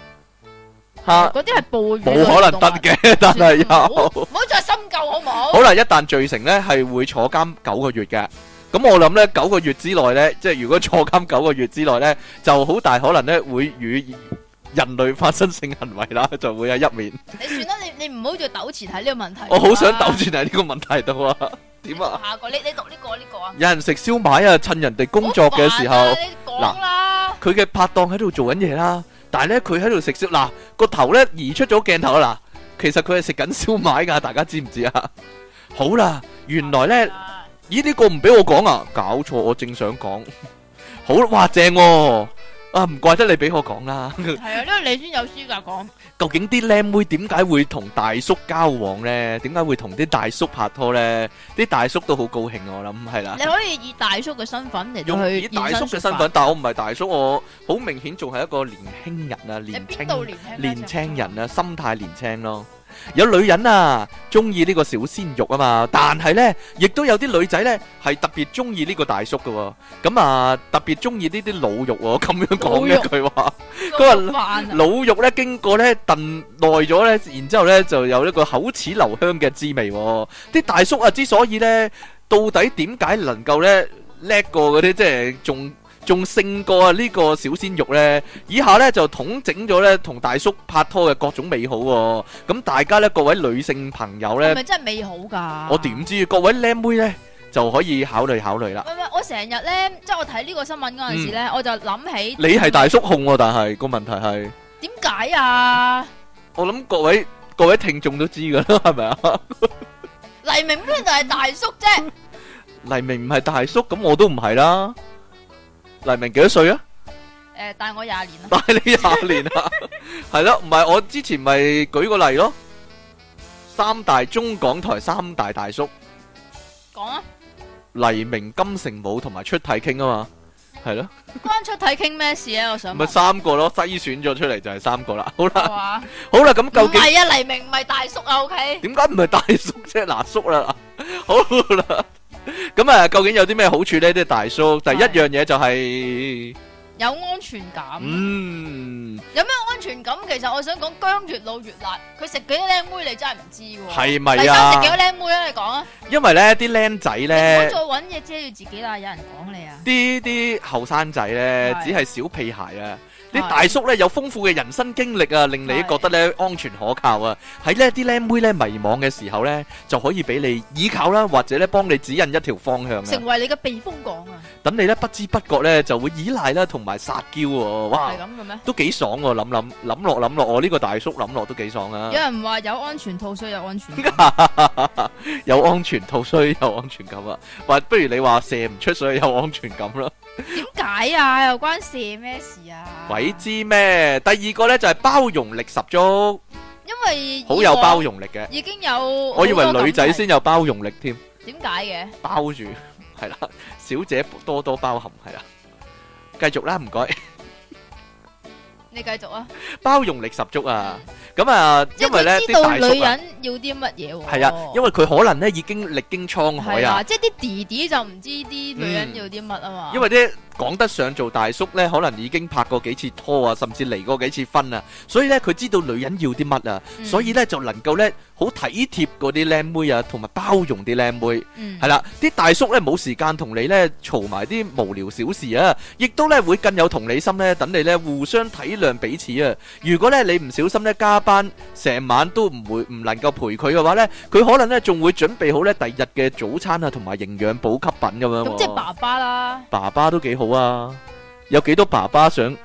A: 嚇
B: 嗰啲係哺乳類
A: 冇可能得嗯
B: 動物，
A: 嘅， 但係有
B: 唔。好唔好再深究好唔好？
A: 好啦，一旦罪成咧，係會坐監九個月嘅。咁我諗咧，九個月之內咧，即係如果坐監九個月之內咧，就好大可能咧會與人類發生性行為啦， 就會喺入面。
B: 你算啦，你你唔好再糾纏喺呢個問題。
A: 我好想糾纏喺呢個問題度啊！
B: 你
A: 點
B: 讀
A: 啊？
B: 下個，你你讀呢個呢個啊？
A: 有人食燒賣啊，趁人哋工作嘅時
B: 好
A: 候
B: 煩啊，你講啦，
A: 佢嘅拍檔喺度做緊嘢啦，但係咧佢喺度食燒，嗱個頭咧移出咗鏡頭啦。嗱，其實佢係食緊燒賣㗎，大家知唔知啊？好啦，原來咧。咦？呢、個唔俾我講啊！搞錯，我正想講。好啦，哇正喎、啊！唔怪得你俾我講啦。
B: 係啊，因為你先有資格講。
A: 究竟啲靚妹點解會同大叔交往呢？點解會同啲大叔拍拖呢？啲大叔都好高興，我諗係啦。
B: 你可以以大叔嘅身份嚟到
A: 用
B: 去
A: 以大
B: 現
A: 叔嘅
B: 身說
A: 身
B: 法
A: 份，，但我唔係大叔，我好明顯仲係一個年輕人啊，
B: 你
A: 年
B: 邊
A: 青
B: 度年輕啊
A: 年青人啊，心態年青咯。有女人啊，中意呢個小鮮肉啊嘛，但係呢，亦都有啲女仔呢係特別中意呢個大叔嘅喎、咁啊特別中意呢啲老肉喎、咁樣講
B: 老肉
A: 一句話，
B: 嗰個飯啊
A: 老肉呢經過呢燉耐咗呢，然之後呢就有呢個口齒留香嘅滋味、喎。啲大叔啊之所以呢，到底點解能夠呢叻過嗰啲即係仲仲勝過啊呢個小鮮肉呢？以下呢就統整咗呢同大叔拍拖嘅各種美好、喎。咁大家呢，各位女性朋友呢
B: 係，咪真係美好㗎？
A: 我點知各位靚妹呢，就可以考慮考慮啦。
B: 喂喂，我成日咧，即系我睇呢個新聞嗰陣時咧，我就諗起
A: 你係大叔控喎、但係個問題係。
B: 點解啊？
A: 我諗各位各位聽眾都知㗎啦，係咪啊？
B: 黎明邊度係大叔 啫？
A: 黎明唔係大叔，咁我都唔係啦。黎明幾多歲啊？
B: 诶，大我廿年啦，
A: 大你廿年 啊，係咯，唔係我之前咪舉個例咯，三大中港台三大大叔，
B: 講啊，
A: 黎明、金城武同埋出體傾啊嘛，係咯，
B: 關出體傾咩事啊？我想
A: 咪
B: 問
A: 三個咯，篩選咗出嚟就係三個啦。好 啦，
B: 係嘛？
A: 好啦，咁
B: 唔
A: 究竟？
B: 係啊，黎明唔係大叔啊，OK？
A: 點解唔係大叔啫？嗱， 叔啦，好啦，咁啊，究竟有啲咩好處呢？啲大叔，第一
B: 係
A: 樣嘢就係、
B: 有安全感，
A: 嗯，
B: 安全感其實我想講姜越老越辣，佢食幾多靚妹你真係唔知喎。
A: 係咪
B: 黎生食幾
A: 啊？
B: 多靚妹啊？你講啊！
A: 因為呢啲僆仔
B: 你唔好
A: 呢，
B: 再揾嘢遮住自己啦，有人講你啊！
A: 啲啲後生仔呢，
B: 係
A: 只係小屁孩啊。
B: 係
A: 啲大叔呢，有豐富嘅人生經歷啊，令你覺
B: 係
A: 得呢安全可靠啊。喺呢啲僆妹呢迷惘嘅時候呢，就可以俾你依靠啦，或者呢幫你指引一條方向啊
B: 成。為你嘅避風港啊，
A: 等你呢不知不覺呢就會依賴啦，同埋撒嬌喎，哇
B: 係！咁嘅咩？
A: 都幾爽喎，諗諗諗落諗落，我呢個大叔諗落都幾爽啊
B: 有！人話有安全套，所以有安全感。
A: 有安全套，所以有安全感啊！或不如你話射唔出，所以有安全感啦。
B: 點解啊？又關射咩事啊？
A: 鬼！知咩？第二個呢就係包容力十足，
B: 因為
A: 好有包
B: 容，
A: 容力嘅。
B: 已經有我
A: 我以為女仔先有包容力添，
B: 點解嘅？
A: 包住 係啦，小姐多多包涵係啦。繼續啦，唔該，
B: 你繼續啊！
A: 包容力十足啊！咁啊，
B: 即
A: 因
B: 係
A: 為呢
B: 佢知
A: 啲
B: 道
A: 大
B: 女
A: 叔啊，
B: 人要啲乜嘢喎？
A: 係啊，因為佢可能咧已經歷經滄海
B: 係
A: 啊
B: 啊，。即係啲弟弟就唔知啲女人要啲乜啊嘛。
A: 嗯因為咧講得上做大叔咧，可能已經拍過幾次拖啊，甚至離過幾次婚啊，所以咧佢知道女人要啲乜啊，
B: 嗯
A: 所以咧就能夠咧好體貼嗰啲靚妹啊，同埋包容啲靚妹。
B: 嗯
A: 係啦，啲大叔咧冇時間同你咧嘈埋啲無聊小事啊，亦都咧會更有同理心咧，等你咧互相體諒彼此啊。如果咧你唔小心咧加班，成晚都唔會唔能夠陪佢嘅話咧，佢可能咧仲會準備好咧第二日嘅早餐啊，同埋營養補給品咁樣喎。
B: 咁即係爸爸 啦，
A: 爸爸都幾好啊，有幾多爸爸想？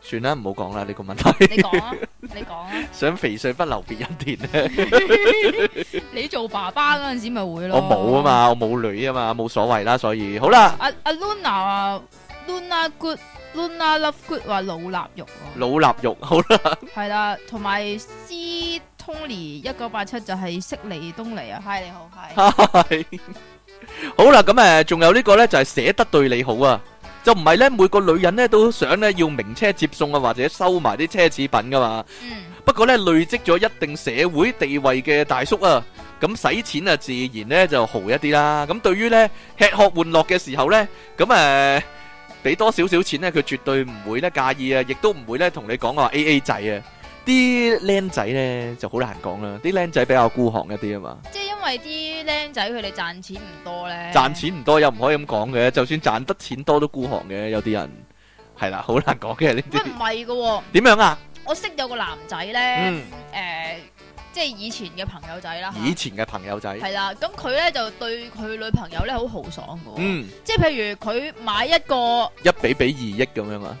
A: 算啦，唔好講啦，呢個問題。
B: 你講啊，你講啊，
A: 想肥水不流別人田咧，
B: 你做爸爸嗰陣時咪會咯。
A: 我冇啊。嘛，我冇女啊嘛，冇所謂啦，所以好啦。
B: 阿阿 Luna 話 Luna Good Luna Love Good 話老臘肉喎，
A: 老臘肉好啦，
B: 係啦，同埋 C Tony 一九八七就係悉尼東尼啊，Hi 你好，Hi，
A: 好啦，咁诶，仲有呢個呢，就係捨得對你好啊，就唔係呢，每個女人呢都想呢要名車接送啊，或者收埋啲奢侈品噶嘛。
B: 嗯，
A: 不過呢，累積咗一定社會地位嘅大叔啊，咁使錢啊，自然呢就豪一啲啦。咁對於呢吃喝玩樂嘅時候呢，咁誒。呃俾多少少錢呢，佢絕對唔會咧介意啊，亦都唔會咧同你講話 A A 制啊。啲僆仔呢就好難講啦，啲僆仔比較孤寒一啲啊嘛，
B: 即係因為啲僆仔佢哋賺錢唔多咧，
A: 賺錢唔多又唔可以咁講嘅，就算賺得錢多都孤寒嘅，有啲人係啦，好難講嘅呢
B: 喂
A: 啲
B: 唔。係噶喎，
A: 點樣啊？
B: 我識有個男仔咧，
A: 嗯，
B: 誒，即係以前嘅朋友仔啦，
A: 以前嘅朋友仔，
B: 係啦，咁佢咧就對佢女朋友咧好豪爽噶，
A: 嗯。
B: 即係譬如佢買一個
A: 一比比二億咁樣啊，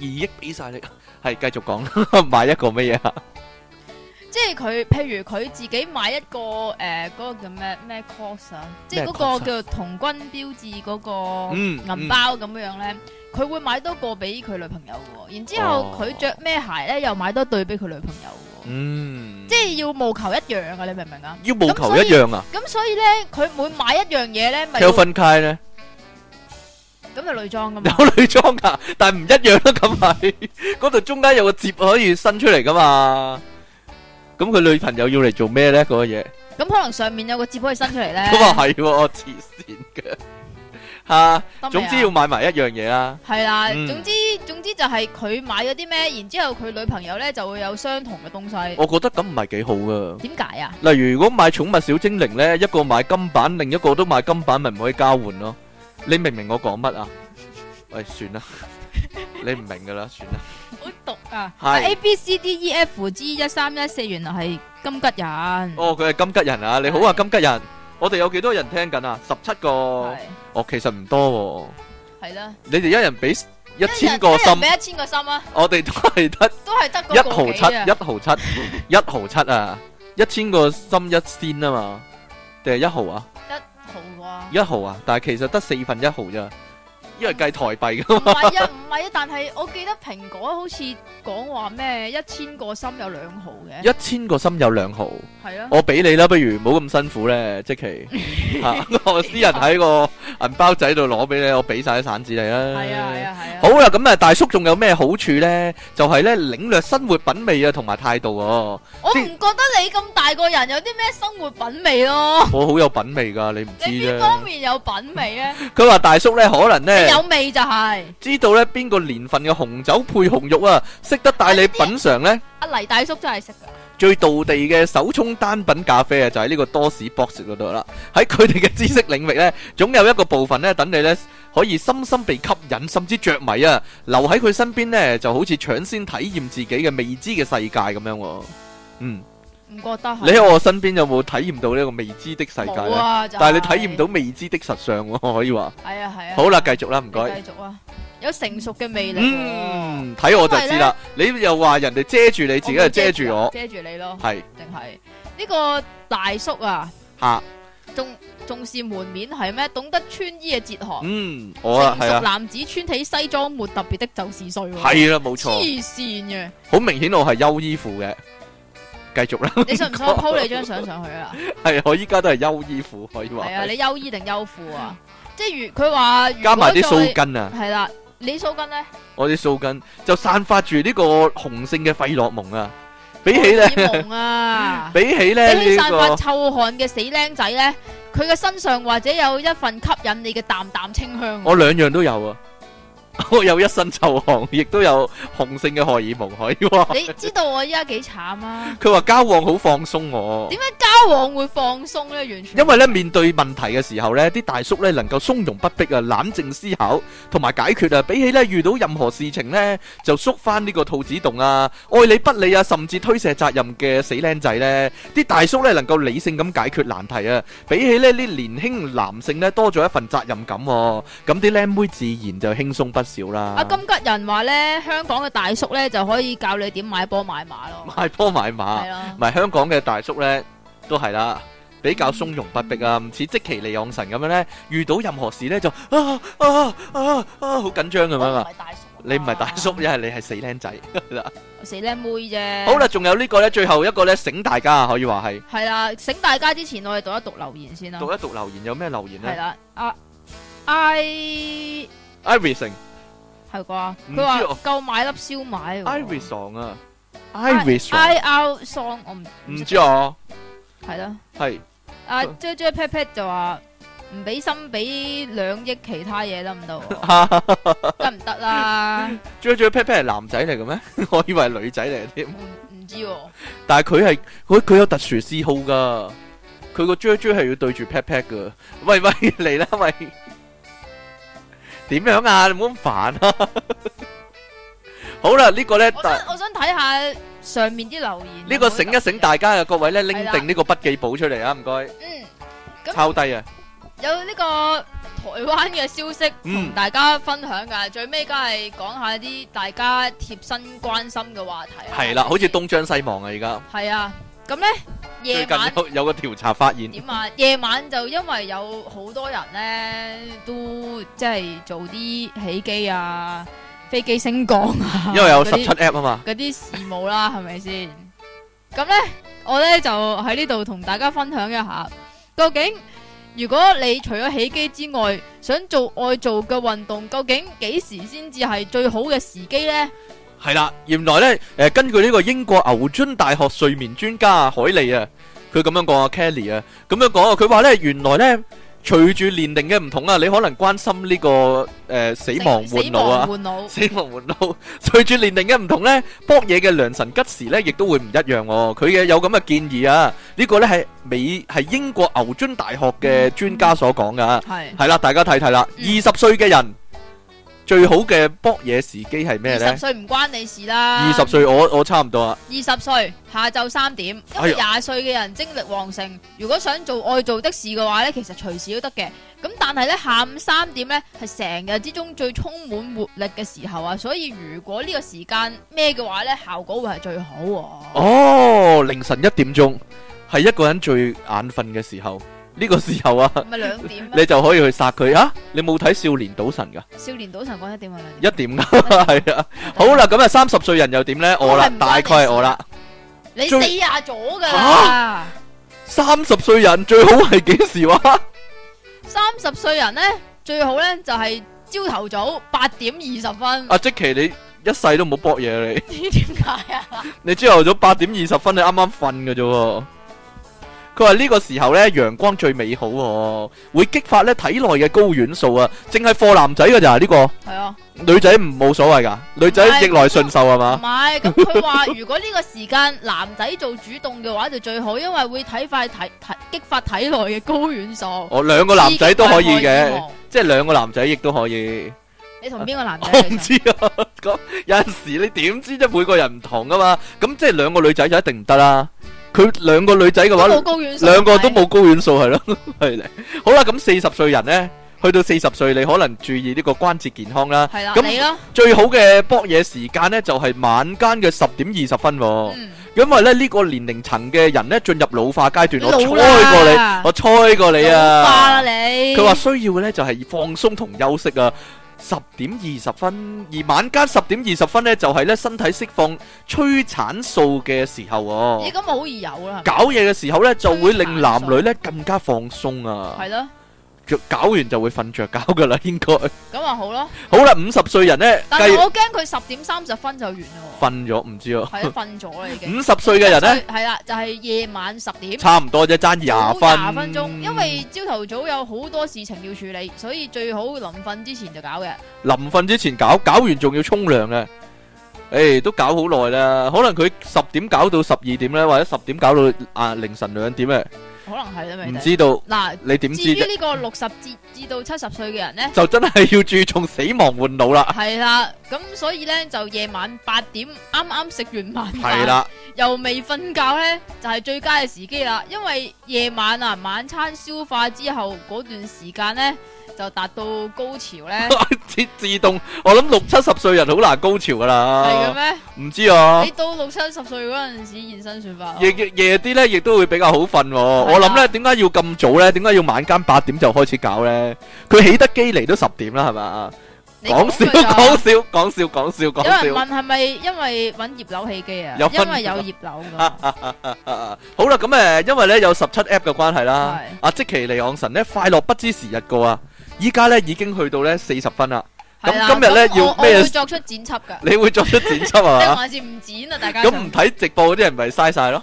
A: 二億俾晒你， 係繼續講啦， 買一個乜嘢啊？
B: 即係佢，譬如佢自己買一個誒嗰、個叫咩咩 course 啊，即係
A: 咩
B: 嗰
A: course 啊
B: 個叫童軍標誌嗰個
A: 嗯，
B: 銀包咁樣樣咧，佢、會買多個俾佢女朋友喎。然之後
A: 哦
B: 佢着咩鞋咧，又買多對俾佢女朋友喎。
A: 嗯，
B: 即係要務求一樣啊！你明唔明啊？
A: 要務求一樣啊。
B: 咁所以咧，佢每買一樣嘢咧，咪要
A: Calvin Klein 咧
B: 咁就女裝 噶嘛。
A: 有女裝噶，但唔一樣啦，咁係 嗰度中間有個摺可以伸出嚟噶嘛。咁佢女朋友要嚟做咩咧？嗰個嘢
B: 咁可能上面有個接可以伸出嚟咧。
A: 咁啊係喎，我黐線嘅嚇。
B: 得未啊
A: 總之要買埋一樣嘢啦。
B: 係啦，
A: 嗯
B: 總之總之就係佢買咗啲咩，然之後佢女朋友咧就會有相同嘅東西。
A: 我覺得咁唔係幾好噶。
B: 點解啊？
A: 例如如果買寵物小精靈咧，一個買金版，另一個都買金版，咪唔可以交換咯。你明唔明我講乜啊？喂，算 啦，你唔明噶啦，算啦。
B: 好毒啊！
A: 係
B: A B C D E F G 一三一四，原來係金吉人。
A: 哦，佢係金吉人啊！你好啊，金吉人。我哋有幾多人聽緊啊？十七個。
B: 係，
A: 哦，其實唔多
B: 係啦。
A: 喎。你哋一人俾一千
B: 人
A: 個心
B: 一人，俾一千個心啊，
A: 我哋都係得
B: 都係得嗰
A: 一
B: 個
A: 毫
B: 幾啊
A: 七，一 毫七，一毫七啊！一千個心一仙啊嘛，定係一毫啊？
B: 一毫
A: 一毫啊？但係其實得四分一毫咋，因為計台幣噶
B: 啩。唔係啊，唔係啊，但係我記得蘋果好似講話咩一千個心有兩毫嘅，
A: 一千個心有兩毫，
B: 係啊，
A: 我俾你啦，不如唔好咁辛苦咧，即 其嚇我私人喺個銀包仔度攞俾你，我俾晒啲散紙你啦。
B: 係啊，係啊，係啊。
A: 好啦，咁啊，大叔仲有咩好處咧？就係咧領略生活品味啊，同埋態度喎。
B: 我唔覺得你咁大個人有啲咩生活品味咯，
A: 我好有品味㗎，你唔知
B: 你邊
A: 啫
B: 方。面有品味 咧？
A: 佢話大叔咧，可能
B: 你
A: 咧
B: 有味就係
A: 知道咧邊個年份嘅紅酒配紅肉啊，識得帶你品嚐咧。
B: 阿黎大叔真係識㗎，
A: 最道地嘅手沖單品咖啡啊，就喺呢個多士博士嗰度啦。喺佢哋嘅知識領域呢，總有一個部分呢，等你呢可以深深被吸引，甚至着迷啊！留喺佢身邊呢，就好似搶先體驗自己嘅未知嘅世界咁樣喎。嗯，
B: 唔覺得係
A: 你喺我身邊有冇體驗到呢個未知的世界
B: 冇
A: 呢？
B: 啊，就
A: 但係你
B: 係
A: 體驗到未知的實相喎，可以話。
B: 係啊係啊。
A: 好啦，繼續啦，唔
B: 你
A: 該。
B: 繼續啊，有成熟嘅魅力喎。
A: 嗯，睇我就知啦。你又話人哋遮住你，自己
B: 我
A: 就
B: 會
A: 遮住我，
B: 遮住你啊咯，
A: 係
B: 定係呢個大叔啊，
A: 嚇。
B: 重重視門面係咩？懂得穿衣嘅哲學，
A: 嗯，我啊，係
B: 成熟
A: 啊，
B: 男子穿起西裝沒特別的就是帥喎，
A: 係啦，冇錯。
B: 黐線嘅，
A: 好明顯我係優衣庫嘅，繼續啦，
B: 你信唔信我 po 你張相上去啊？
A: 係我依家都係優衣庫可以話
B: 係啊，
A: 係，
B: 你優衣定優褲啊？即係如佢話，
A: 加埋啲鬚
B: 根，
A: 根啊，
B: 係啦，你鬚根咧，
A: 我啲鬚根就散發住呢個雄性嘅費洛蒙啊，比起咧，
B: 荷爾蒙 啊，
A: 比起咧
B: 比起
A: 呢
B: 散
A: 個
B: 發臭汗嘅死僆仔咧，佢嘅身上或者有一份吸引你嘅淡淡清香。
A: 我兩樣都有啊， 我有一身臭汗，亦都有雄性嘅荷爾蒙可以話。
B: 你知道我依家幾慘啊？
A: 佢話交往好放鬆我，
B: 點解交往會放鬆咧？完全
A: 因為咧面對問題嘅時候咧，啲大叔咧能夠從容不迫啊，冷靜思考同埋解決啊，比起咧遇到任何事情咧就縮翻呢個兔子洞啊，愛理不理啊，甚至推卸責任嘅死僆仔咧，啲大叔咧能夠理性咁解決難題啊，比起咧啲年輕男性咧多咗一份責任感、喎，咁啲僆妹自然就輕鬆不少啦。
B: 阿金吉人話咧，香港嘅大叔咧就可以教你點買波買馬咯，
A: 買波買馬
B: 係。咯。
A: 咪香港嘅大叔呢，都係啦，比較從容不迫啊，唔似即其利昂神咁樣呢，遇到任何事呢就啊啊啊啊好緊張咁樣
B: 我唔
A: 啊！
B: 係大叔，
A: 你唔係大叔，，因為你係死僆仔。
B: 我死靚妹啫。
A: 好啦，，仲有呢個呢，最後一個呢，醒大家啊，可以話係
B: 係啦，醒大家之前，我哋讀一讀留言先啦。
A: 讀一讀留言有咩留言
B: 係
A: 呢
B: 啦，阿 I
A: ？Iverson，Iverson
B: 係啩？
A: 唔知
B: 佢話
A: 我
B: 夠買粒燒賣喎。
A: 啊
B: I-
A: ，Iverson，
B: I out song 我唔
A: 唔知啊，
B: 係啦。
A: 係
B: 阿 J J Pat Pat 就話唔俾心俾兩億其他嘢得唔 得喎？得唔得啦？
A: J J Pat Pat 係男仔嚟嘅咩？ 我以為係女仔嚟添。
B: 唔唔知喎，
A: 但係佢係佢佢有特殊嗜好噶，佢個 J J 係要對住 pat pat 噶。喂 喂，嚟啦喂，點樣啊？你 唔好咁煩啊！好啦，呢個呢，
B: 我
A: 大
B: 想我想睇下上面啲留言。
A: 呢個醒一醒大家啊，各位呢，拎
B: 係啦
A: 定呢個筆記簿出嚟啊，唔該，
B: 嗯，咁
A: 抄低啊，
B: 有呢個台灣嘅消息
A: 嗯
B: 同大家分享㗎，最尾梗係講下啲大家貼身關心嘅話題。
A: 係啦，好似東張西望啊，而家
B: 係啊，咁咧
A: 最
B: 夜
A: 近
B: 晚。
A: 有有個調查發現，
B: 點啊？夜晚就因為有好多人咧，都即係做啲起機啊、飛機升降啊，
A: 因為有
B: 嗰
A: 十
B: 啲
A: 七 app 啊嘛，
B: 嗰啲事務啦，係咪先？咁咧，我咧就喺呢度同大家分享一下，究竟如果你除咗起機之外，想做愛做嘅運動，究竟幾時先至係最好嘅時機呢？
A: 係啦，原來呢，誒根據呢個英國牛津大學睡眠專家啊海利啊，佢咁樣講啊 Kelly 啊，咁樣講啊，佢話呢，原來呢，隨住年齡嘅唔同啊，你可能關心呢、個誒、呃死亡
B: 死
A: 換腦啊
B: 亡。換腦
A: 死亡門路，隨住年齡嘅唔同呢，搏嘢嘅良辰吉時呢，亦都會唔一樣喎、佢嘅有咁嘅建議啊，呢、個呢係美係英國牛津大學嘅專家所講噶。
B: 係
A: 係啦，大家睇睇啦，二
B: 嗯
A: 十歲嘅人最好嘅搏嘢時機係咩
B: 二
A: 呢
B: 十？歲唔關你事啦，
A: 二十歲我我差唔多啊，
B: 二十歲下晝三點，因
A: 哎
B: 為廿歲嘅人精力旺盛，如果想做愛做的事嘅話呢，其實隨時都得嘅。咁但係呢，下午三點呢係成日之中最充滿活力嘅時候啊，所以如果呢個時間咩嘅話呢，效果會係最好喎、
A: 哦，凌晨一點鐘係一個人最眼瞓嘅時候，呢、個時候啊，
B: 唔係兩點
A: 你
B: 咩？
A: 就可以去殺佢啊！你冇睇少年賭神噶
B: 少年賭神講一點啊，兩點
A: 一點噶，係啊，好啦，咁啊三十歲人又點呢？我啦
B: 都係唔關，
A: 大概係我啦，
B: 你
A: 最
B: 四廿咗噶啦，
A: 三十歲人最好係幾 時話？
B: 三十歲人呢，最好呢就係朝頭早八點二十分，
A: 阿即奇你一世都冇搏嘢你。
B: 點解啊？
A: 你朝頭早八點二十分，你啱啱瞓嘅啫喎。佢話呢個時候呢，陽光最美好、喎，會激發呢體內嘅睾丸素啊。淨係貨男仔嘅咋呢個，
B: 係啊。
A: 女仔唔冇所謂噶，女仔
B: 唔係
A: 逆來順受係
B: 唔
A: 嘛？
B: 係，咁佢話 如果呢個時間男仔做主動嘅話就最好，因為會睇快體體激發體內嘅睾丸素。
A: 我哦兩個男仔都可以
B: 刺激埋荷爾
A: 嘅，
B: 蒙。
A: 即係兩個男仔亦都可以。
B: 你同邊個男仔
A: 我唔
B: 嚟㗎？
A: 知啊，咁有陣時你點知啫？每個人唔同噶嘛，咁即係兩個女仔就一定唔得啦。佢兩個女仔嘅
B: 都
A: 話，
B: 冇睾丸素，
A: 兩個都冇高遠數係啊咯， 係咧。好啦，咁四十歲人呢，去到四十歲，你可能注意呢個關節健康啦。
B: 係咪。係啦，
A: 咁
B: 你咯，
A: 最好嘅搏嘢時間呢，就係、晚間嘅十點二十分、喎。
B: 嗯，
A: 因為咧呢、個年齡層嘅人呢，進入老化階段，我猜
B: 老
A: 過你，
B: 啦，
A: 我猜過你
B: 老化啦
A: 啊！
B: 你。
A: 佢話需要呢，就係、放鬆同休息啊。十點二十分，而晚間十點二十分呢，就係、呢身體釋放催產素嘅時候、喎。
B: 咦，咁好易有啦，
A: 搞嘢嘅時候呢，就會令男女呢更加放鬆啊！
B: 係咯，
A: 着搞完就會瞓着覺噶啦， 應該。
B: 咁啊好咯。
A: 好啦，五十歲人咧
B: 但係
A: 計
B: 我驚佢十點三十分就完啦
A: 瞓咗，唔知啊
B: 喎，。 係啊，瞓咗啦已經。
A: 五十歲嘅人咧，
B: 係啦，就係夜晚十點。
A: 差唔多啫，爭
B: 早
A: 廿分。
B: 廿分鐘，因為朝頭早有好多事情要處理，所以最好臨瞓之前就搞嘅。
A: 臨瞓之前搞，搞完仲要沖涼啊！誒，都搞好耐啦，可能佢十點搞到十二點咧，或者十點搞到啊凌晨兩點啊，
B: 可能係都未
A: 唔
B: 定。
A: 知道
B: 嗱，
A: 你點
B: 至
A: 知
B: 於
A: 啫？
B: 呢個六十至至到七十歲嘅人呢，
A: 就真係要注重死亡換腦啦，
B: 係啦，咁所以呢，就夜晚八點啱啱食完晚飯，
A: 係啦。
B: 又未瞓覺呢，就係、最佳嘅時機啦。因為夜晚啊，晚餐消化之後嗰段時間呢，就達到高潮 呢，
A: 自自動，我諗六七十歲人好難高潮噶
B: 係
A: 啦，
B: 嘅咩？
A: 唔知啊
B: 你，到六七十歲嗰陣時現身說法啊，
A: 夜夜夜啲咧，亦都會比較好瞓喎。我諗咧，點解要咁早咧？點解要晚間八點就開始搞咧？佢起得機嚟都十點啦，係嘛？
B: 你
A: 講笑
B: 佢就
A: 講笑講笑講笑講笑。
B: 有人問係咪因為揾葉柳起機啊？
A: 有分
B: 因為有葉柳噶，
A: 啊好啦，咁呃誒，因為咧有十七 app 嘅關係啦
B: 係，
A: 阿即其尼昂神咧快樂不知時日過啊！依家咧已經去到咧四十分啦，咁
B: 係啦
A: 今日呢
B: 咁我
A: 要
B: 我
A: 咩
B: 會作出剪輯噶，
A: 你會作出剪輯係
B: 定
A: 嘛？
B: 還是唔剪啊？大家
A: 咁
B: 想
A: 唔睇直播嗰啲人咪嘥晒咯。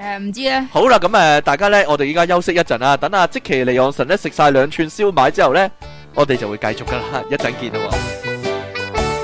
B: 誒唔知咧，
A: 好啦，咁誒，大家呢，我哋依家休息一陣啦，等阿即其利昂神呢食晒兩串燒賣之後呢，我哋就會繼續噶啦，一陣見啊啦喎。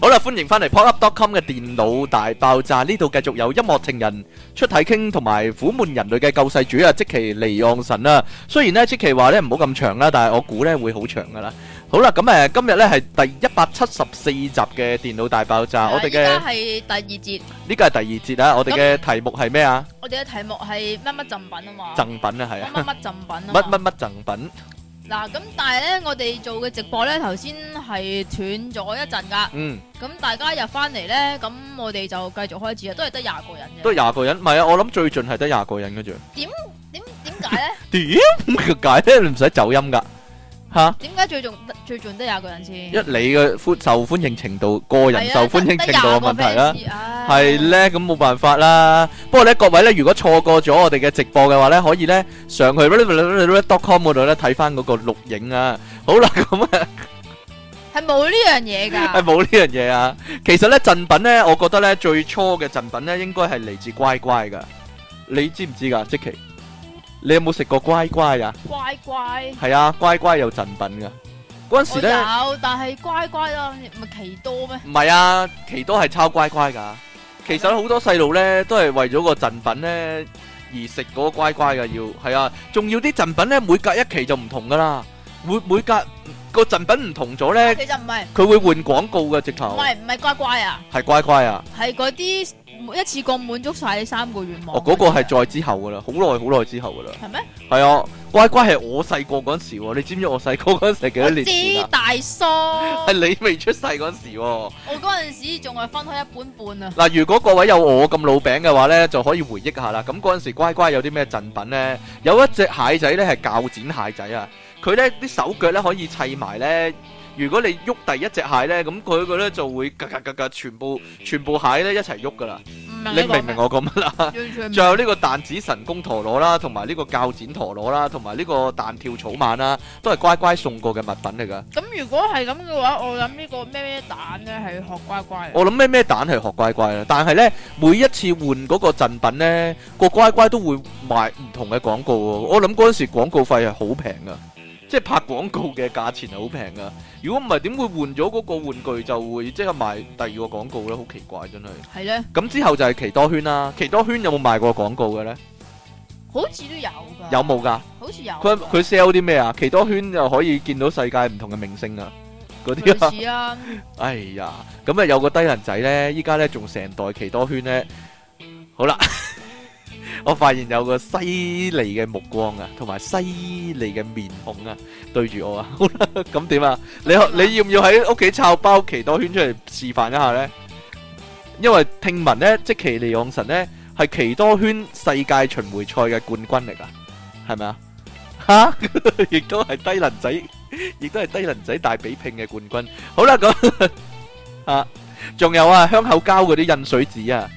A: 好啦，歡迎翻嚟 popup.com 嘅電腦大爆炸，呢度繼續有音樂情人出體傾同埋苦悶人類嘅救世主啊，即其利昂神啊。雖然呢，即其話呢唔好咁長啦，但係我估呢會好長噶啦。好啦，咁誒，今日呢係第一百七十四集嘅電腦大爆炸，我哋
B: 依
A: 嘅
B: 家。係第二節。
A: 呢個係第二節啊！我哋嘅題目係咩啊？
B: 我哋嘅題目係乜乜贈品啊嘛，
A: 贈品啊，係
B: 乜
A: 啊，
B: 乜乜贈品啊嘛
A: 乜乜乜 贈品？
B: 嗱咁，但係咧我哋做嘅直播咧，頭先係斷咗一陣噶，
A: 嗯，
B: 咁大家入翻嚟咧，咁我哋就繼續開始啊，都係得廿個人
A: 都
B: 啫。
A: 廿個人，唔係啊！我諗最盡係得廿個人嘅啫。
B: 點點解咧？
A: 點解咧？你唔使走音噶吓？
B: 點解最重最重得廿個人先？
A: 一你嘅歡受歡迎程度，個人
B: 係啊
A: 受歡迎程度嘅問題啦。，
B: 得
A: 係
B: 廿個 fans，唉
A: 咧，咁冇辦法啦。不過咧，各位咧，如果錯過咗我哋嘅直播嘅話咧，可以咧上去 com 嗰度咧睇翻嗰個錄影啊。好啦，咁啊，
B: 係冇呢樣嘢
A: 係
B: 㗎。
A: 冇呢樣嘢啊。其實咧，贈品咧，我覺得咧最初嘅贈品咧，應該係嚟自乖乖噶。你知唔知噶？即奇，你有冇食過乖乖啊？
B: 乖乖，
A: 係啊，乖乖有贈品噶。嗰陣
B: 我
A: 時咧，
B: 有，但係乖乖啦，咪奇多咩？
A: 唔係啊，奇多係抄乖乖噶。其實好多細路咧都係為咗個贈品咧而食嗰個乖乖噶，要係啊。仲要啲贈品咧，每隔一期就唔同噶啦。每每隔個贈品唔同咗咧，
B: 其實唔係，
A: 佢會換廣告噶，直
B: 唔
A: 頭
B: 係唔係乖乖啊，
A: 係乖乖啊。
B: 係嗰啲一次過滿足晒你三個願望。
A: 哦，嗰個係再之後噶啦，好耐好耐之後噶啦。
B: 係咩？
A: 係啊，乖乖係我細個嗰陣時喎，你知唔知我細個嗰陣時係幾多
B: 我
A: 年前
B: 知
A: 啊？
B: 大叔，
A: 係你未出世嗰陣時喎。
B: 我嗰陣時仲係分開一半半啊。
A: 嗱，如果各位有我咁老餅嘅話呢，就可以回憶下啦。咁嗰陣時乖乖有啲咩贈品呢？有一隻蟹仔呢係鉸剪蟹仔啊，佢呢啲手腳呢可以砌埋呢。如果你喐第一隻蟹呢，咁佢個呢就會嘎嘎嘎嘎，全部全部蟹呢一齊喐噶啦。
B: 唔
A: 你
B: 明
A: 明唔明
B: 我
A: 我講乜啦？
B: 講咩？完全唔
A: 仲有呢個彈子神功陀螺啦，同埋呢個鉸剪陀螺啦，同埋呢個彈跳草蜢啦，都係乖乖送過嘅物品嚟噶。
B: 咁如果係咁嘅話，我諗呢個咩咩蛋咧係學乖乖啊。
A: 我諗咩咩蛋係學乖乖啦，但係呢，每一次換嗰個贈品呢，個乖乖都會賣唔同嘅廣告喎。我諗嗰陣時廣告費係好平噶，即係拍廣告嘅價錢係好平噶。如果唔係點會換咗嗰個玩具就會即刻賣第二個廣告呢？好奇怪真係。
B: 係咧，
A: 咁之後就係奇多圈啦，奇多圈有冇賣過廣告嘅呢？
B: 好似都有㗎。
A: 有，冇㗎？
B: 好似有㗎。
A: 佢佢 sell 啲咩啊？奇多圈就可以見到世界唔同嘅明星啊，嗰啲啊。
B: 類似啊，
A: 哎呀，咁啊有個低能仔咧，依家咧仲成代奇多圈咧。好啦， 我發現有個犀利嘅目光啊，同埋犀利嘅面孔啊，對住我啊。好啦，咁點啊？你可你要唔要喺屋企抄包奇多圈出嚟示範一下 咧？因為聽聞咧，即奇利昂神咧係奇多圈世界巡迴賽嘅冠軍嚟噶，係咪啊？ 吓，亦都係低能仔，亦都係低能仔大比拼嘅冠軍。好啦，咁啊，仲有啊，香口膠嗰啲印水紙啊，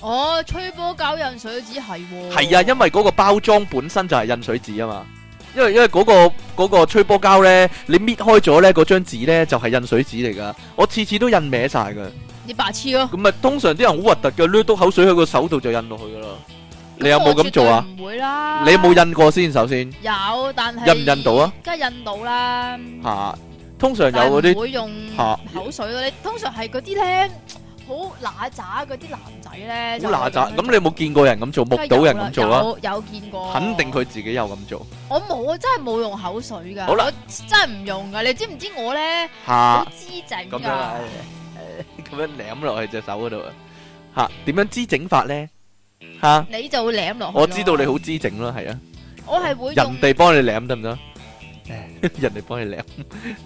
B: 哦，吹波搞印水紙係喎。
A: 係啊，因為嗰個包裝本身就係印水紙啊嘛。因為因為嗰、個嗰個吹波膠咧，你搣開咗咧，嗰張紙咧就係、印水紙嚟噶。我次次都印歪晒噶。
B: 你白痴咯。
A: 咁咪通常啲人好核突嘅，掠到口水喺個手度就印落去噶啦。你有冇咁做啊？
B: 我絕對唔會啦。
A: 你有冇印過先？首先
B: 有，但係
A: 印唔印到啊？
B: 梗係印到啦。
A: 嚇、通常有
B: 但係
A: 嗰
B: 唔
A: 啲
B: 會用
A: 嚇
B: 口水咯。你通常係嗰啲咧好乸渣嗰啲男仔咧，就
A: 好嗱喳，
B: 係
A: 咁你有冇見過人咁做？目
B: 梗係有
A: 睹人
B: 啦
A: 咁做啊？
B: 有有見過，
A: 肯定。佢自己有咁做
B: 我冇，我真係冇用口水㗎。
A: 好啦
B: 我真係唔用㗎。你知唔知我咧好
A: 嚇，
B: 姿整
A: 咁樣啊
B: 㗎？
A: 咁樣舐落去隻手嗰度啊嚇，點樣知整法咧嚇？
B: 你就會舐落嗯去咯。
A: 我知道你好知整啦，係啊，
B: 我係會用
A: 人哋幫你舐得唔 得？ 人哋幫你舐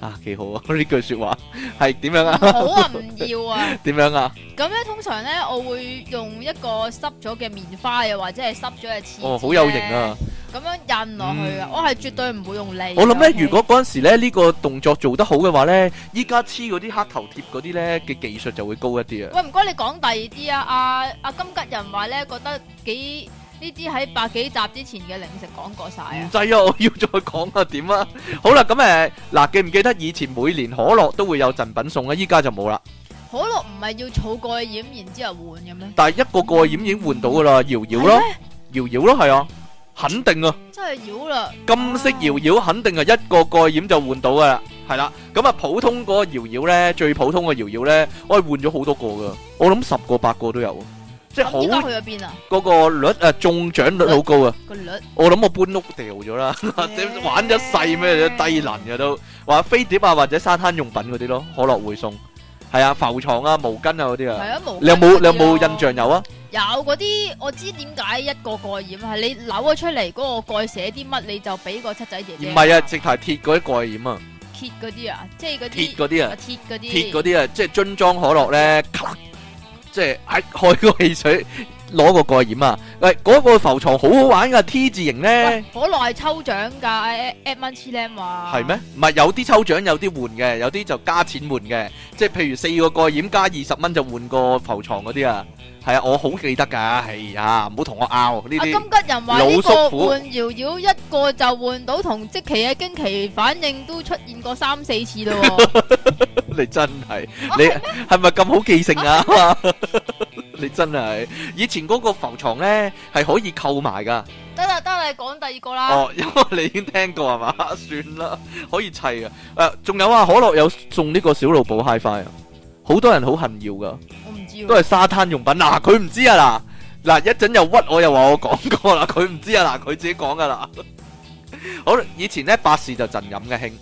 A: 啊，幾好啊！ 呢句説話係點樣 啊？
B: 好啊，唔要啊。
A: 點樣啊？
B: 咁咧通常咧，我會用一個濕咗嘅棉花，又或者係濕咗嘅廁紙
A: 哦，好有型啊！
B: 咧！咁樣印落去啊，
A: 嗯
B: 我係絕對唔會用脷㗎。
A: 我諗咧，
B: OK？
A: 如果嗰阵时咧呢個動作做得好嘅話咧，依家黐嗰啲黑頭貼嗰啲咧嘅技術就會高一啲啊。
B: 喂，唔該你講第二啲啊！阿阿金吉人話咧，覺得幾呢啲喺百幾集之前嘅零食講過晒
A: 唔
B: 啊！
A: 制啊， 我要再講啊，點啊？好啦，咁诶，嗱，記唔記得以前每年可樂都會有贈品送咧？啊依家就冇啦。
B: 可樂唔係要儲蓋掩，然之後換嘅咩？
A: 但係一個個已經換到噶啦，搖搖
B: 係
A: 咯，搖搖咯，係啊，肯定啊，
B: 真係妖啦！
A: 金色搖搖肯定係一個蓋掩就換到噶啦，係啦。咁啊，普通嗰個搖搖咧，最普通嘅搖搖咧，我係換咗好多個噶，我諗十個八個都有，即係
B: 咁依
A: 好
B: 家去咗邊啊？
A: 嗰個率啊中獎率好高啊！
B: 個率
A: 我諗我搬屋掉咗啦， 你玩一世咩低能嘅都，話飛碟啊或者沙灘用品嗰啲咯，可樂會送，係啊浮床啊毛巾啊嗰啲啊，
B: 係啊，冇。
A: 你有冇你有冇印？象有啊？
B: 有嗰啲我知點解一個蓋掩係你扭咗出嚟嗰個蓋寫啲乜，你就俾個七仔姐
A: 唔
B: 姐。
A: 係啊，，直頭係鐵嗰啲蓋掩啊，
B: 鐵嗰啲啊，即係嗰
A: 鐵
B: 啲
A: 嗰啲
B: 啊，
A: 啊，
B: 鐵嗰
A: 鐵
B: 啲，
A: 嗰啲啊，即係樽裝可樂咧，咔啦即係哎開個汽水攞個蓋掩啊，喂嗰個浮床好好玩噶 T 字型咧
B: 喂。可樂係抽獎㗎，Edmund c h i l a m 話。
A: 係咩？？唔係有啲抽獎，有啲換嘅，有啲就加錢換嘅，即係譬如四個蓋掩加二十蚊就換個浮床嗰啲啊。係啊，我好記得㗎。哎呀，唔好同我拗呢
B: 阿
A: 啲。
B: 啊金吉人話呢
A: 老叔
B: 個
A: 父
B: 換搖搖一個就換到同即期嘅經期反應都出現過三四次咯 喎。
A: 你真係
B: 啊
A: 你係咪咁好記性啊？ 你真係以前嗰個浮床呢係可以購買㗎。
B: 得啦得啦，講第二個啦。
A: 哦，因 為你已經聽過係嘛？ 算啦，可以砌㗎。誒，仲有啊，可樂有送呢個小露寶 HiFi 啊，好多人好恨要㗎。
B: 我唔知喎。
A: 都係沙灘用品。嗱、佢唔知啊嗱，嗱一陣又屈我又話我講過啦，佢唔知啊嗱，佢自己講噶啦。 好，以前咧百事就陣飲嘅興，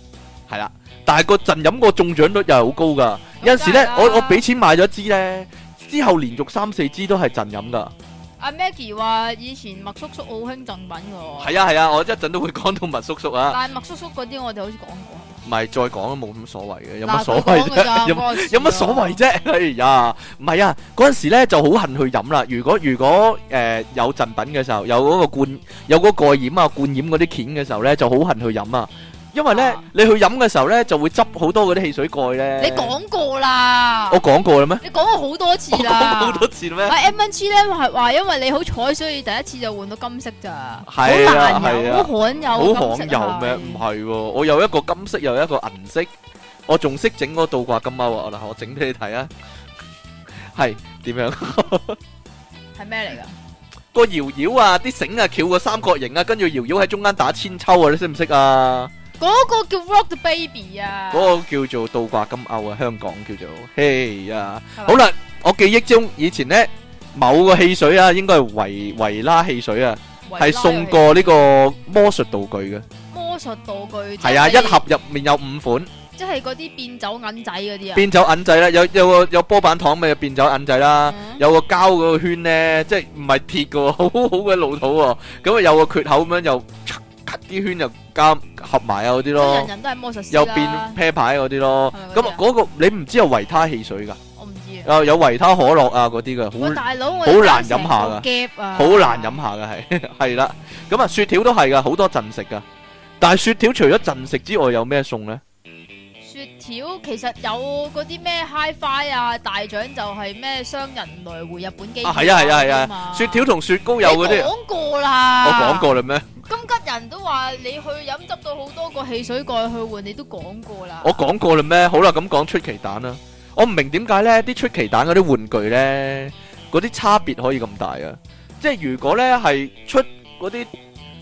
A: 係啦，但係個陣飲個中獎率又係好高噶。有陣時咧
B: 梗，係啦
A: 我我俾錢買咗支咧，之後連續三四支都係陣飲噶。
B: 阿 Maggie 話以前麥叔叔好興贈品㗎喎。
A: 係啊係啊，我一陣都會講到麥叔叔啊，
B: 但係麥叔叔嗰啲我哋好似講過。
A: 咪再講都冇乜所謂嘅，有
B: 嗱
A: 乜所謂
B: 佢講㗎咋
A: 啫？有
B: 關我事啊
A: 有乜所謂啫？ 哎呀，唔係啊，嗰陣時咧就好恨去飲啦。如果如果誒、呃有贈品嘅時候，有嗰個罐，有嗰個蓋掩啊、罐掩嗰啲鉗嘅時候咧，就好恨去飲啊。因為咧，
B: 啊
A: 你去飲嘅時候咧，就會執好多嗰啲汽水蓋咧。
B: 你講過啦。
A: 我講過啦咩？
B: 你講過好多次
A: 我講過
B: 啦。
A: 好多次啦咩？
B: 但啊 M N C 咧係話，因為你好彩，所以第一次就換到金色咋，好
A: 係啊
B: 難
A: 係
B: 有，
A: 啊
B: 好罕有，
A: 好罕有咩？唔
B: 金色啊係
A: 係喎，我有一個金色，又有一個銀色，我仲識整嗰個倒掛金鈎啊！嗱，我整俾你睇啊，係點樣？
B: 係咩嚟㗎？
A: 個搖搖啊，啲繩啊，翹個三角形啊，跟住搖搖喺中間打千秋啊，你識唔識啊？
B: 嗰個叫 Rock the Baby 啊，
A: 嗰、個叫做倒掛金鈎啊，香港叫做，嘿呀！
B: 係咪
A: 好啦，我記憶中以前呢，某個汽水啊，應該係維維拉汽水啊，
B: 維拉
A: 係送過呢個魔術道具嘅，
B: 魔術道具，
A: 係啊，
B: 即
A: 一盒，入面有五款，
B: 即係嗰啲變走銀仔嗰啲啊，
A: 變走銀仔啦，有有個有波板糖咪有變走銀仔啦。
B: 嗯
A: 有個膠嗰個圈咧，即係唔係鐵嘅喎， 好好嘅老土喎。咁啊有個缺口咁樣又咔咔啲圈又加合埋啊嗰啲
B: 即係人
A: 咯，
B: 人都係魔術
A: 又
B: 師
A: 變
B: 啦，
A: 啤牌嗰啲咯
B: 係咪。嗰啲
A: 咁啊
B: 啊
A: 嗰個你唔知有維他汽水㗎，
B: 我唔知啊，
A: 啊有維他可樂啊嗰啲
B: 喂
A: 㗎，
B: 大佬，我
A: 好難飲下㗎
B: 㗎，gap 啊，
A: 好好難飲，下㗎係 係啦。咁啊雪條都係㗎，好多陣食㗎。但係雪條除咗陣食之外有咩餸咧？
B: 雪條其實有嗰啲咩 HiFi 啊，大獎就係咩雙人來回日本機
A: 啊係啊係啊係啊，雪條同雪糕有啊嗰啲，啊
B: 講過
A: 我
B: 啦，
A: 講過啦咩？
B: 金吉人都話你去飲汁到好多個汽水蓋去換，你都講過啦。
A: 我講過啦咩？好啦，咁講出奇蛋啦。我唔明點解呢啲出奇蛋嗰啲玩具呢，嗰啲差別可以咁大啊！即係如果呢係出嗰啲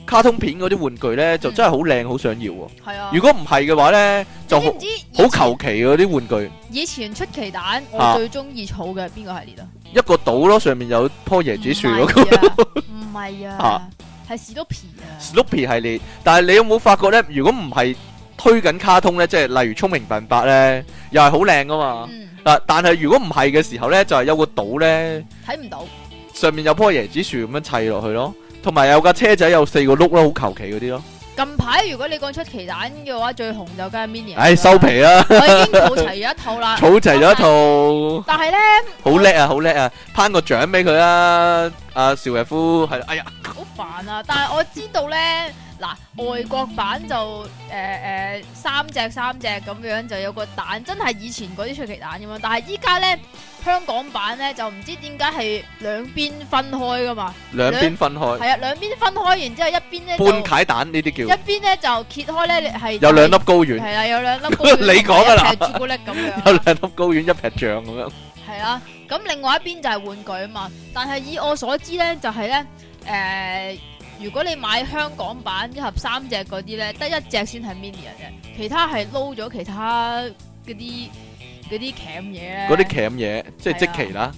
A: 卡通片嗰啲玩具呢，就真係好靚，好想要喎。
B: 係啊，
A: 如果唔係嘅話呢，就
B: 你
A: 好
B: 知唔知以
A: 好
B: 前
A: 求其嗰啲玩具，
B: 以前出奇蛋
A: 啊
B: 我最中意儲嘅邊個系列啊？
A: 一個島咯，上面有棵椰子樹嗰個
B: 唔係啊，唔係啊
A: 啊，
B: 係史多皮啊。
A: Snoopy 系列。但係你有冇發覺呢？如果唔係推緊卡通呢，即係例如聰明笨伯呢，又係好靚噶嘛。
B: 嗯，
A: 嗱，但係如果唔係嘅時候呢，就係有個島呢。
B: 睇唔到。
A: 上面有棵椰子樹咁樣砌落去咯，同埋有架車仔有四個轆咯，好求其嗰啲咯。
B: 近排如果你講出奇蛋嘅話，最紅就梗係 Minion 啦。
A: 唉，收皮 啦，
B: 我已經儲齊咗一套啦。
A: 儲齊咗一套，
B: 但係咧，
A: 好叻啊，好叻啊，頒個獎俾佢啊！阿邵逸夫係，哎呀，
B: 好煩啊！但係我知道咧，嗱外國版就誒誒、呃呃三隻三隻咁樣就有個蛋，真係以前嗰啲出奇蛋咁樣。但係依家咧香港版咧就唔知點解係兩邊分開噶嘛，
A: 兩邊分開，
B: 係啊兩邊分開，然之後一邊咧就
A: 半解蛋呢啲
B: 一
A: 叫，
B: 邊咧就揭開咧，你係
A: 有兩粒高丸，
B: 係啦，有兩粒
A: 你講㗎啦
B: 同埋一劈朱古力咁 樣
A: 有。兩粒高丸一劈醬咁樣，
B: 系啦，啊咁另外一邊就係玩具啊嘛。但係以我所知咧，就係咧，诶，如果你買香港版一盒三隻嗰啲咧，得一隻先係 mini 嘅，其他係撈咗其他嗰啲嗰啲钳嘢咧。
A: 嗰啲鉗嘢，即係
B: 係啊
A: 即期啦，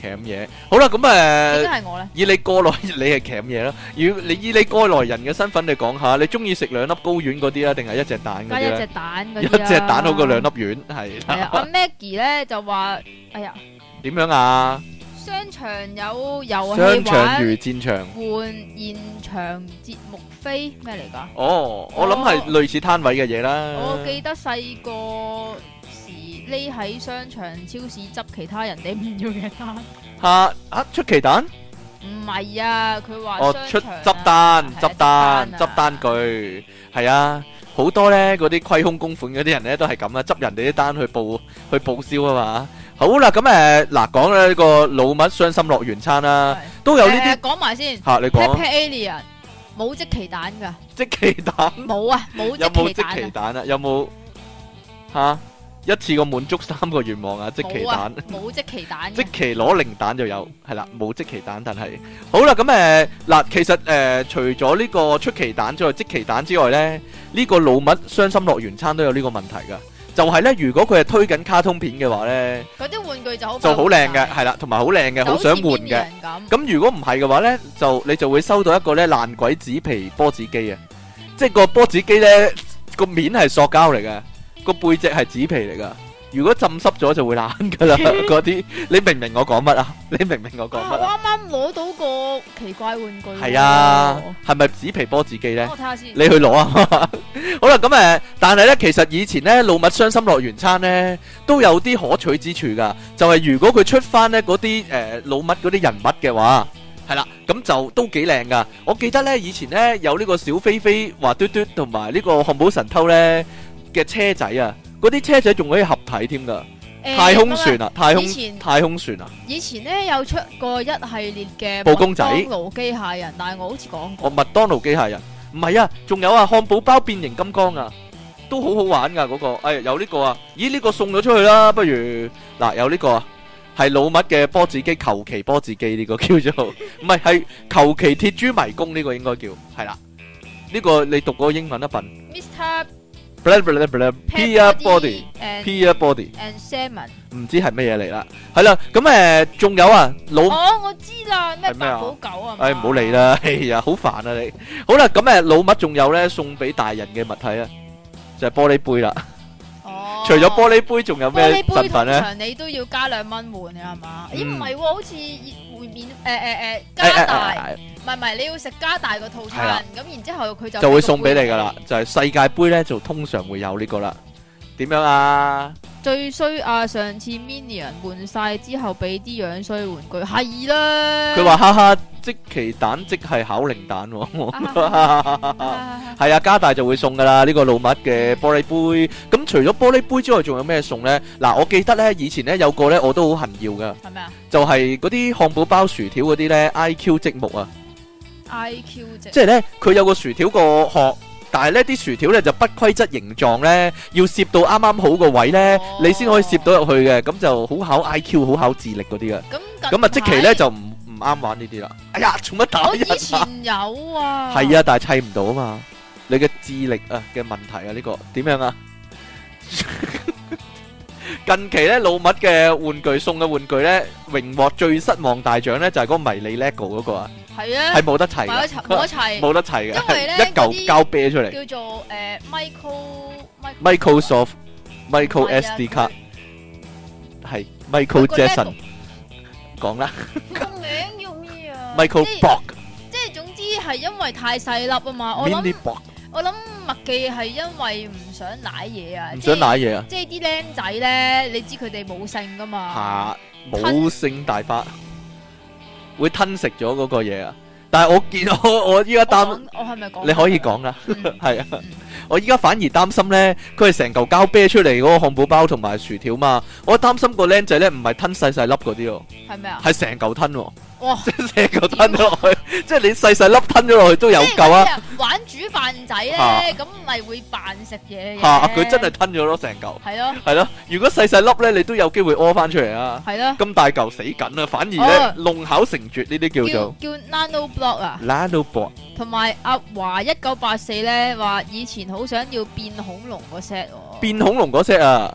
A: 鉗嘢。好啦，咁
B: 點
A: 誒，
B: 解係我咧？
A: 以你過來你係鉗嘢啦，要你以你過來人嘅身份你講下，你中意食兩粒高丸嗰啲啊，定係一隻蛋嗰
B: 加
A: 啲
B: 一
A: 咧
B: 隻？蛋嗰
A: 一
B: 啲啊
A: 隻蛋好過兩粒。丸，係
B: 係啊， 阿 Maggie 咧就話：哎呀，
A: 點樣啊？
B: 商場有遊
A: 商
B: 戲
A: 場
B: 玩，
A: 如戰場。
B: 換現場節目飛咩嚟㗎？
A: 哦，我諗係類似攤位嘅嘢
B: 我
A: 啦。
B: 記得細個時匿喺商場、超市執其他人哋唔要嘅單，
A: 嚇啊！出奇蛋，
B: 唔係啊，佢話
A: 哦出
B: 商場啊
A: 執單
B: 係啊
A: 執單
B: 啊
A: 執單據，係啊，好多咧嗰啲虧空公款嗰啲人咧都係咁啊，執人哋啲單去報去報銷啊嘛。好啦，咁誒嗱講咧呢個老麥傷心樂園餐啦，
B: 係
A: 都有呢啲
B: 誒講埋先
A: 嚇你
B: ，Pet
A: 講啊
B: Pet Alien 冇即期蛋㗎，
A: 即奇蛋。
B: 冇啊，冇
A: 有冇
B: 即期
A: 即
B: 蛋
A: 期
B: 啊，
A: 蛋啊？有冇吓一次過滿足三個願望啊？即期
B: 冇啊
A: 蛋，，
B: 冇即期蛋
A: 即
B: 嘅，
A: 期攞零蛋就有，係啦，冇即期蛋，但係好啦，咁誒嗱，其實誒、呃除咗呢個出奇蛋之外，即期蛋之外咧，呢、個老麥傷心樂園餐都有呢個問題㗎。就係咧，如果佢係推緊卡通片嘅話咧，
B: 嗰啲玩具就好
A: 就好靚嘅，
B: 快
A: 係啦，同埋好靚嘅，
B: 就
A: 好
B: 好
A: 想換
B: 似
A: 嘅。
B: Minion 咁，
A: 咁如果唔係嘅話呢，就你就會收到一個咧爛鬼紙皮波子機啊！即係個波子機呢，個面係塑膠嚟嘅，個背脊係紙皮嚟噶。如果浸濕咗就會爛噶啦，嗰啲你明唔明我講乜啊？你明唔明我講
B: 啊
A: 乜啊？
B: 我啱啱攞到個奇怪玩具，
A: 係啊，係咪紙皮波子機呢
B: 等？我睇下先，
A: 你去攞啊！ 好啦，咁誒，但係咧，其實以前咧，老麥傷心樂園餐咧都有啲可取之處噶，就係、如果佢出翻咧嗰啲誒老麥嗰啲人物嘅話，係啦，咁就都幾靚噶。我記得咧，以前咧有呢個小飛飛、滑嘟嘟同埋呢個漢堡神偷咧嘅車仔啊，嗰啲車仔仲可以合體添噶，
B: 誒
A: 太空船啊，太空
B: 以前
A: 太空船啊，
B: 以前咧有出過一系列嘅
A: 布公仔
B: 麥當勞機械人，但係我好似講
A: 我麥當哦勞機械人，唔係啊，仲有啊漢堡包變形金剛啊，都好好玩噶嗰、個，哎有呢個啊，咦呢、個送咗出去啦，不如嗱有呢個啊，係老麥嘅波子機，求其波子機呢個 叫做，唔係係求其鐵珠迷宮呢個應該叫，係啦，呢、個你讀嗰個英文一笨
B: Mr.
A: ，blah blah blah blah，peer
B: Pat
A: body，peer
B: and
A: body，
B: and Salmon。
A: 唔知係乜嘢嚟啦，係啦，咁誒仲有啊老。
B: 哦，我知啦，咩
A: 係咩
B: 八
A: 啊
B: 寶狗啊？
A: 唉，唔好理。 啦，哎呀，好煩啊你。好啦，咁誒老麥仲有咧送俾大人嘅物體啊，就係玻璃杯啦。
B: 哦，
A: 除咗玻璃杯，仲有
B: 玻
A: 咩
B: 璃
A: 贈
B: 杯，通
A: 品咧？
B: 常你都要加兩蚊換嘅係嘛？咦，唔
A: 嗯
B: 係喎，好似會免誒誒誒
A: 哎哎
B: 呃加
A: 哎
B: 大，
A: 哎
B: 唔係唔係，你要食加大個套
A: 係啦
B: 餐，咁然之後佢就
A: 就會送俾你噶啦。，就係世界盃咧，就通常會有呢個啦。點樣啊？
B: 最衰啊！上次 Minion 換晒之後，俾啲樣衰玩具係啦。
A: 佢話哈哈即其蛋即係考靈蛋 喎。
B: 啊
A: 係啊，加大就會送噶啦，呢、個老麥嘅玻璃杯。咁除咗玻璃杯之外，仲有咩送呢？嗱，我記得呢，以前呢有個呢，我都好痕要噶，
B: 係咪啊
A: 就係嗰啲漢堡包、薯條嗰啲呢 I Q 積木啊，
B: ？IQ 值
A: 即係呢，佢有個薯條個殼，但係呢啲薯條呢就不規則形狀呢，要攝到啱啱好個位呢，
B: 哦
A: 你先可以攝到入去嘅，咁就好考 I Q，好考智力嗰啲嘅。
B: 咁
A: 咁啊，即期呢
B: 近排
A: 就唔唔啱玩呢啲啦。哎呀，做乜打
B: 我以
A: 人啊？
B: 前有啊，
A: 係啊，但係砌唔到啊嘛。你嘅智力啊嘅問題啊，呢、個點樣啊？ 近期咧，老麥嘅玩具送嘅玩具咧，榮獲最失望大獎咧，就係、嗰個迷你 LEGO 嗰個啊，
B: 係啊
A: 係，冇得砌
B: 埋 一齊，
A: 嘅，
B: 冇一齊，
A: 冇得砌嘅，
B: 因為呢
A: 係一
B: 嗰
A: 嚿
B: 啲
A: 膠啤出嚟。
B: 叫做呃誒 Michael Michael
A: Microsoft Micro
B: 係啊
A: SD 卡係
B: 佢
A: Michael
B: 個
A: Jackson 講啦
B: 個名叫咩啊
A: ，Michael
B: 即係
A: Block
B: 即係總之係因為太細粒啊嘛，我
A: Mini
B: 諗
A: Block
B: 我諗麥記係因為唔想舐嘢啊，
A: 唔
B: 即
A: 想
B: 係
A: 攋嘢啊！
B: 即係啲僆仔咧，你知佢哋冇性 噶嘛，
A: 下冇性大法，會吞食咗嗰個嘢啊！但係我見我我依家
B: 我
A: 擔，
B: 講我係咪講？
A: 你可以講啦，
B: 嗯，
A: 係啊
B: 嗯！
A: 我依家反而擔心呢，佢係成嚿膠啤出嚟嗰個漢堡包同埋薯條嘛，我擔心個僆仔呢唔係吞細細粒嗰啲喎，
B: 係咪啊？
A: 係成嚿吞喎，
B: 哇！
A: 即係成嚿吞咗落去，即係你細細粒吞咗落去都有嚿啊！！
B: 玩煮飯仔
A: 啊
B: 咧，咁咪會扮食嘢嘅。
A: 嚇，佢真係吞咗咯，成嚿
B: 係咯，
A: 係咯，如果細細粒呢，你都有機會屙翻出嚟啊！
B: 係咯，
A: 咁大嚿死緊啊，反而呢
B: 哦，
A: 弄巧成拙呢啲叫
B: 叫
A: 做
B: 叫 Nano Block 啊，
A: 拉到薄。
B: 同埋阿華一九八四咧話以前好想要變恐龍個 set 喎。
A: 變恐龍嗰 set 啊，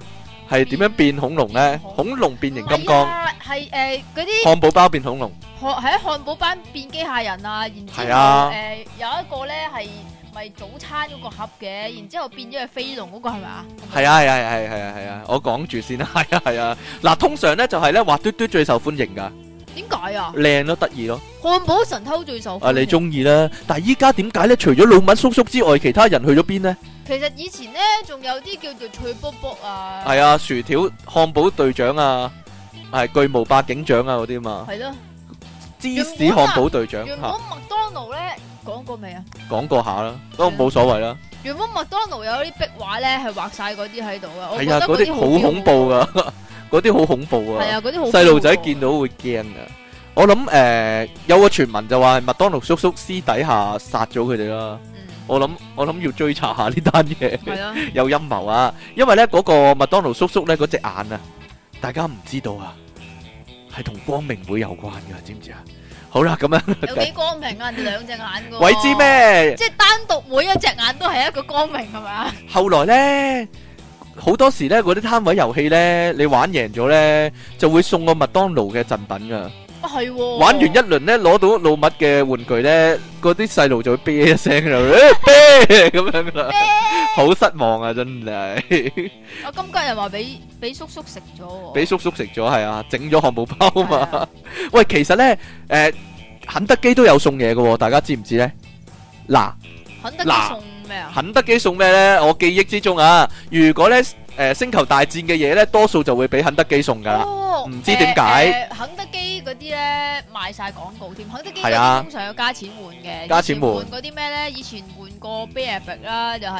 A: 係點樣變恐龍呢？
B: 變
A: 恐龍變形金
B: 唔係
A: 剛，
B: 啊，係誒嗰啲。
A: 漢堡包變恐龍，
B: 漢喺漢堡班變機械人啊，然之後
A: 係
B: 誒、
A: 啊
B: 有一個咧係咪早餐嗰個盒
A: 嗯
B: 嘅，然之後變咗係飛龍嗰個係咪啊？
A: 係啊係啊係啊係啊係啊，我講住先啦， 係啊係啊，嗱通常呢就係呢滑嘟嘟最受歡迎噶，
B: 點解啊？
A: 靚咯得意咯，
B: 漢堡神偷最受歡迎
A: 啊你中意啦，但係依家點解呢？除咗老麥叔叔之外，其他人去咗邊呢？
B: 其實以前咧仲有啲叫做脆卜卜啊，
A: 係啊，薯條漢堡隊長啊，係巨無霸警長啊嗰啲嘛，
B: 係咯。
A: 芝士漢堡隊長
B: 原本
A: 嚇
B: 麥當勞咧講過未啊？
A: 講過下啦，都冇所謂啦，
B: 原本麥當勞有啲壁畫咧係畫晒嗰啲喺度啊，我覺
A: 係啊
B: 得
A: 嗰啲好恐怖，噶， 嗰啲好恐怖啊
B: 啊係。啊嗰啲好
A: 細路仔
B: 恐怖
A: 見到會驚噶。我諗誒、呃有個傳聞就話係麥當勞叔叔私底下殺咗佢哋啦。
B: 嗯
A: 我諗我諗要追查下呢單嘢，
B: 係啊，
A: 有陰謀啊！因為呢嗰、個麥當勞叔叔呢嗰隻眼啊，大家唔知道啊，係同光明會有關㗎，知唔知啊？好啦，咁樣
B: 有幾光明啊？兩隻眼嘅喎
A: 鬼知咩？
B: 即係單獨每一隻眼都係一個光明係咪啊？
A: 後來呢，好多時呢嗰啲攤位遊戲呢，你玩贏咗呢，就會送個麥當勞嘅贈品㗎。
B: 啊係喎，
A: 玩完一輪咧，攞到老麥嘅玩具咧，嗰啲細路就會啤一 聲 就誒啤咁樣噶啦，好失望啊！真 係
B: 我今家人話俾俾叔叔食咗喎，
A: 俾叔叔食咗係啊，整咗漢堡包啊
B: 係
A: 嘛
B: 啊。
A: 喂，其實咧誒肯德基都有送嘢嘅喎，大家知唔知咧？嗱，
B: 肯德基
A: 嗱
B: 送咩啊？
A: 肯德基送咩咧？我記憶之中啊，如果咧誒星球大戰嘅嘢咧，多數就會俾肯德基送噶啦。
B: 哦
A: 唔知點解
B: 誒誒肯德基嗰啲咧賣晒廣告添，肯德基嗰
A: 係啊
B: 啲通常要加錢換嘅，
A: 加錢換
B: 以前嗰啲咩咧？以前換過 b a r b 啦，就係誒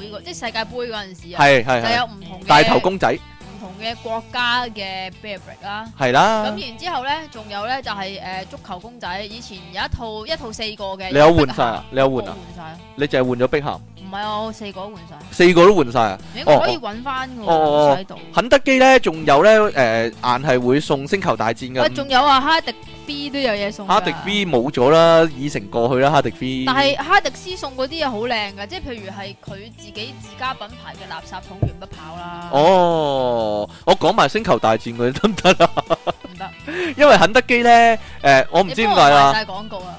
B: 每個即係世界盃嗰陣時啊，
A: 係係
B: 就
A: 係，
B: 有唔同嘅
A: 大頭公仔
B: 唔同嘅國家嘅 b a r b 啦。
A: 係啦，
B: 咁然之後咧，仲有咧就係誒足球公仔，以前有一套一套四個嘅，
A: 你有換晒啊？你有換啊？
B: 我換晒，
A: 你淨係換咗碧咸，
B: 唔係啊，我四個都換晒。
A: 四個都換晒啊！
B: 你
A: 哦
B: 可以揾翻嘅
A: 哦哦
B: 喎，喺度。
A: 肯德基咧，仲有咧，誒、硬係會送星球大戰
B: 喂，
A: 嘅。
B: 仲有啊，哈迪 V 都有嘢送㗎。
A: 哈迪 V 冇咗啦，已成過去啦，哈迪 V。
B: 但係哈迪斯送嗰啲嘢好靚㗎，即係譬如係佢自己自家品牌嘅垃圾桶鉛筆炮啦。
A: 哦，我講埋星球大戰嗰啲得唔得啦？
B: 唔得，
A: 因為肯德基咧，誒、我唔
B: 你
A: 知
B: 幫
A: 點
B: 我
A: 解
B: 賣
A: 啦
B: 晒廣告啊！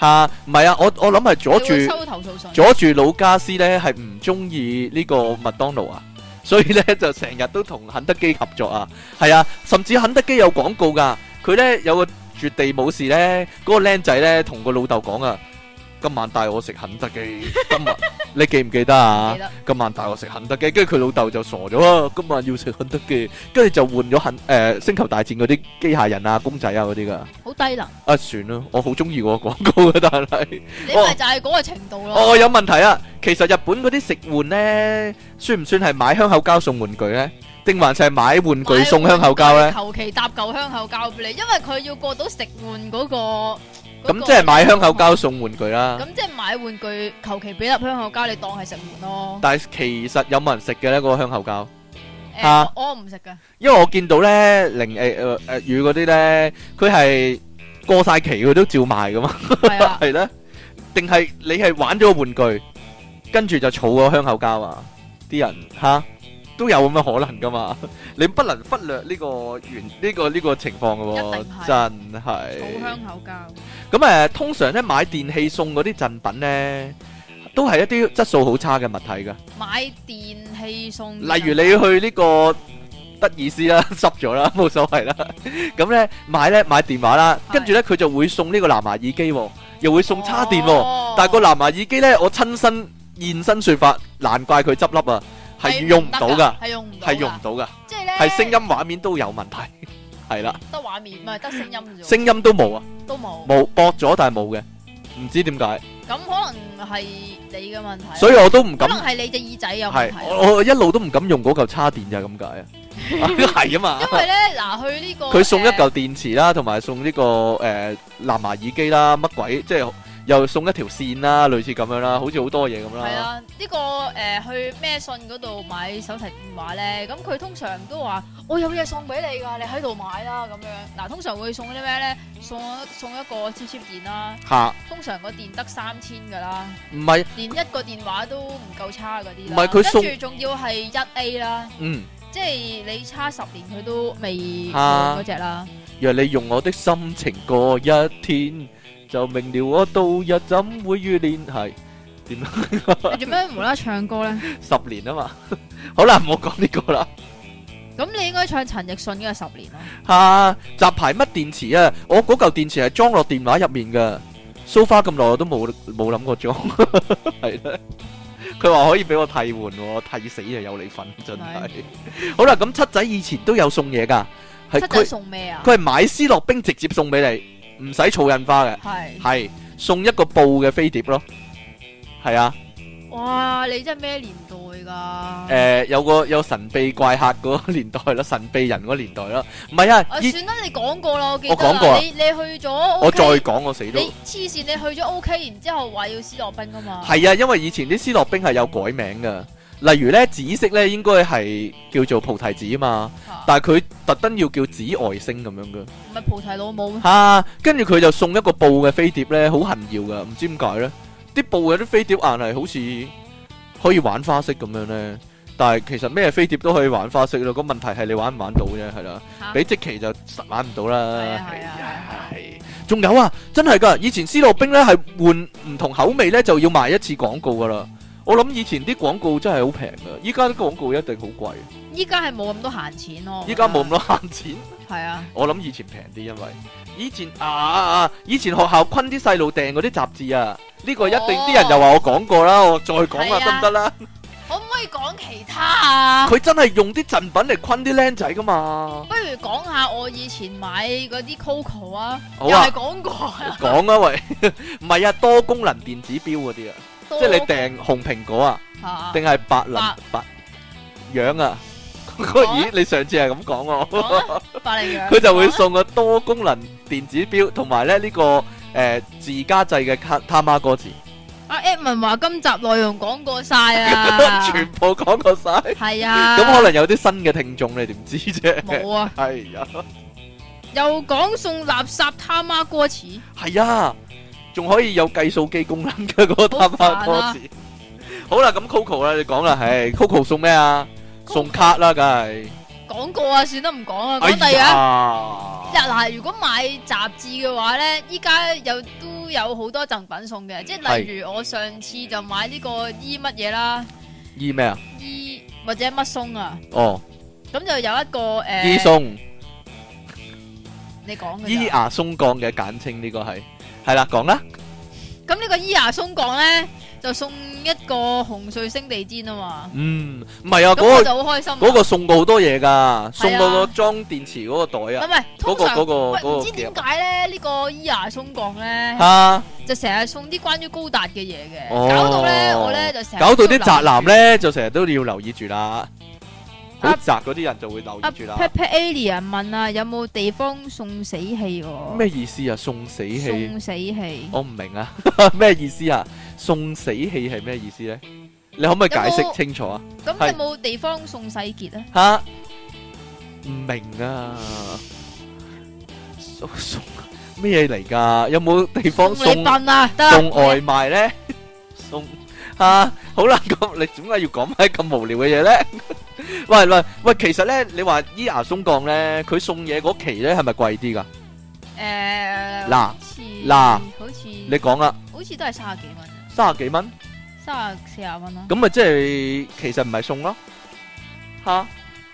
A: 嚇，唔係啊，我我諗係阻
B: 你會
A: 住
B: 收投訴信。
A: 阻住老家斯咧係唔中意呢個麥當勞啊，所以咧就成日都同肯德基合作啊，係啊，甚至肯德基有廣告㗎，佢咧有個絕地武士咧，嗰、個僆仔咧同個老豆講啊，今晚帶我食肯德基，今日你記唔記得啊
B: 記？ 得
A: 今晚帶我食肯德基，跟住佢老豆就傻咗啊！今晚要食肯德基，跟住就換咗肯誒、星球大戰嗰啲機械人啊、公仔啊嗰啲噶。
B: 好低能，
A: 啊，算啦，我好中意嗰個廣告嘅，但係
B: 你咪就係嗰個程度咯。
A: 我有問題啊。其實日本嗰啲食玩呢，算唔算係買香口膠送玩具呢？定還是係買玩具送香口膠呢？
B: 求其搭嚿香口膠俾你，因為佢要過到食換嗰個。嗰
A: 咁
B: 個
A: 即係買香口膠送玩具啦。
B: 咁即係買玩具，求其俾粒香口膠，你當係食碗咯。
A: 但係其實有冇人食嘅呢？嗰、個香口膠？
B: 誒
A: 嚇
B: 我我唔食噶，
A: 因為我見到咧零誒誒誒魚嗰啲咧，佢係過晒期佢都照賣噶嘛，
B: 係啊，
A: 係咧？定係你係玩咗個玩具，跟住就儲個香口膠啊？啲人吓都有咁嘅可能噶嘛？ 你不能忽略呢個原呢、個呢、個情況嘅
B: 一
A: 喎
B: 定，係
A: 真
B: 冇
A: 係。
B: 香口膠。
A: 咁誒、通常咧買電器送嗰啲贈品咧，都係一啲質素好差嘅物體㗎。
B: 買電器送，
A: 例如你去呢個德意斯啦， 濕咗啦，冇所謂啦。咁咧買咧買電話啦，
B: 係
A: 跟住咧佢就會送呢個藍牙耳機喎，又會送叉電喎。
B: 哦
A: 但係個藍牙耳機咧，我親身現身説法，難怪佢執笠啊，係用唔到
B: 係
A: 㗎，
B: 得㗎，係用唔到㗎，
A: 係用唔到㗎，
B: 即係咧，
A: 係聲音畫面都有問題， 係啦，
B: 得畫面，唔係得聲音啫喎，
A: 聲音都冇啊，
B: 都冇。
A: 冇駁咗但係冇嘅，唔知點解，
B: 咁可能係你嘅問題，啊
A: 所以我都唔
B: 可
A: 敢
B: 能。係你隻耳仔有問
A: 係，
B: 題。啊
A: 我我一路都唔敢用嗰嚿叉電就係咁解 啊，係啊嘛。
B: 因為咧，嗱，去呢個
A: 佢送一
B: 誒
A: 嚿電池啦，同埋送呢、個誒、呃、藍牙耳機啦，乜鬼即係又送一條線啦，類似咁樣啦，好似好多嘢咁
B: 係
A: 啦。
B: 啊，呢個誒去咩信嗰度買手提電話咧，咁佢通常都話我有嘢送俾你㗎，你喺度買啦咁樣。嗱，通常會送啲咩咧？送一送一個超超電啦，
A: 嚇，
B: 通常個電得三千㗎啦，
A: 唔係，
B: 連一個電話都唔夠差嗰啲
A: 唔
B: 啦。
A: 係佢送
B: 跟住仲要係一 A 啦，
A: 嗯，
B: 即係你差十年佢都未
A: 啊
B: 嗰只 啦。
A: 若你用我的心情過一天，就明了我度日怎會遇練係 點啊
B: 你做咩無啦啦唱歌咧？
A: 十年啊嘛。好啦，唔好講呢個啦。
B: 咁你應該唱陳奕迅嘅《十年》啊咯。
A: 嚇、雜牌乜電池啊？我嗰嚿電池係裝落電話入面噶，so far 咁耐我都冇冇諗過 裝，係啦。佢話可以俾我替換喎，替死就有你份，真係。好啦，咁七仔以前都有送嘢噶，係
B: 七仔
A: 佢
B: 送咩啊？
A: 佢係買思樂冰直接送俾你，唔使儲印花嘅，
B: 係
A: 係送一個布嘅飛碟咯。係啊，
B: 哇！你真係咩年代㗎？
A: 誒、有個有神秘怪客嗰個年代啦， 神秘人嗰個年代啦，唔係啊，
B: 啊，
A: 依
B: 算啦，你講過啦，我記得
A: 我講過
B: 啦。
A: 啊
B: 你你去咗 OK，
A: 我再講我死都。
B: 你黐線，你去咗 OK，然之後話要斯諾賓噶嘛？
A: 係啊，因為以前啲思樂冰係有改名噶，例如咧紫色咧應該係叫做菩提子啊嘛，
B: 啊
A: 但係佢特登要叫紫外星咁樣噶，
B: 唔係菩提老母咩？
A: 吓、跟住佢就送一個布嘅飛碟咧，好痕耀噶，唔知點解咧，啲布有啲飛碟硬係好似可以玩花式咁樣咧，但係其實咩飛碟都可以玩花式咯，個問題係你玩唔玩到啫，係啦。
B: 嚇
A: 俾即期就實玩唔到啦。
B: 係啊係啊
A: 係係仲有啊，真係噶，以前思樂冰咧係換唔同口味咧就要賣一次廣告噶啦。我諗以前啲廣告真係好平噶，依家啲廣告一定好貴。
B: 依家係冇咁多閒錢咯。
A: 依家冇咁多
B: 咯。
A: 慳錢，
B: 係啊，
A: 我諗以前平啲，因為以前啊啊啊，以前學校坤啲細路訂嗰啲雜誌啊，呢個一定
B: 哦
A: 啲人又話我講過啦，我再講
B: 係
A: 下
B: 啊
A: 得唔得 啦？
B: 可唔可以講其他啊？
A: 佢真係用啲贈品嚟坤啲僆仔噶嘛？
B: 不如講下我以前買嗰啲 Coco 啊，
A: 好
B: 又
A: 啊
B: 係講過啊，
A: 講啊喂， 唔係啊，多功能電子錶嗰啲啊。
B: 多
A: 即係你訂紅蘋果啊，
B: 嚇
A: 定係白林
B: 哦白
A: 白樣啊？
B: 啊
A: 咦，你上次係咁講喎，
B: 講啊百利羊
A: 佢就會
B: 講啊
A: 送個多功能電子錶，同埋咧呢個誒自家製嘅卡他媽歌詞，
B: 阿 Edmond 話今集內容講過晒 啊，
A: 全部講過晒。
B: 係 啊，
A: 咁可能有啲新嘅聽眾你點知啫？
B: 冇啊。
A: 係啊，
B: 又講送垃圾他媽歌詞，
A: 係啊，仲可以有計數機功能嘅嗰個他媽歌
B: 好煩啊
A: 詞。好啦，咁 Coco 啦，你講啦，唉，Coco 送咩啊？送卡啦，梗係。
B: 講過啊，算得唔講啊，
A: 哎
B: 講第二
A: 呀
B: 日嗱，如果買雜誌嘅話咧，依家有都有好多贈品送嘅，即係例如我上次就買呢個醫乜嘢啦，
A: 醫咩啊？
B: 醫或者乜松啊，
A: 哦，
B: 咁就有一個诶，
A: 醫松、
B: 你講嘅
A: 醫
B: 咋，
A: 牙鬆降嘅簡稱呢個係，係啦，講啦，
B: 咁呢個伊牙松降咧，就送一個紅碎星地氈啊嘛，
A: 嗯，唔係啊，
B: 咁我
A: 嗰個
B: 就好開心啊。
A: 嗰個送過好多嘢㗎，送過個裝電池嗰個袋
B: 唔
A: 啊，
B: 係，
A: 嗰
B: 通
A: 個
B: 常
A: 嗰個
B: 喂唔
A: 嗰
B: 知
A: 個
B: 點
A: 夾
B: 解咧？呢個伊牙松降咧，
A: 啊，
B: 就成日送啲關於高達嘅嘢
A: 哦
B: 嘅，搞到咧我咧就成日
A: 搞到啲宅男
B: 都要留意
A: 咧就成日都要留意住啦，好
B: 啊
A: 宅嗰啲人就會留
B: 住。阿
A: 意住啦。
B: Pat Pat Alien 問啊，有冇地方送死氣喎？
A: 咩意思啊？送死氣？
B: 送死氣？
A: 我唔明啊， 咩意思啊？送死氣係咩意思咧？你可唔可以解釋清楚啊？
B: 咁
A: 係
B: 有冇地方送洗潔啊？
A: 吓，唔明啊，送送咩嘢嚟㗎？有冇地方
B: 送
A: 送？
B: 你笨啊，得
A: 送外賣咧，送啊，好啦，咁你點解要講埋咁無聊嘅嘢咧？ 喂喂喂，其實咧，你話伊牙松降咧，佢送嘢嗰期咧係咪貴啲噶？
B: 誒
A: 嗱
B: 好似
A: 嗱
B: 好似
A: 你講啦，
B: 好似都係卅幾蚊啊，
A: 三十幾蚊，
B: 卅四廿蚊啦。
A: 咁咪即係其實唔係送咯，吓，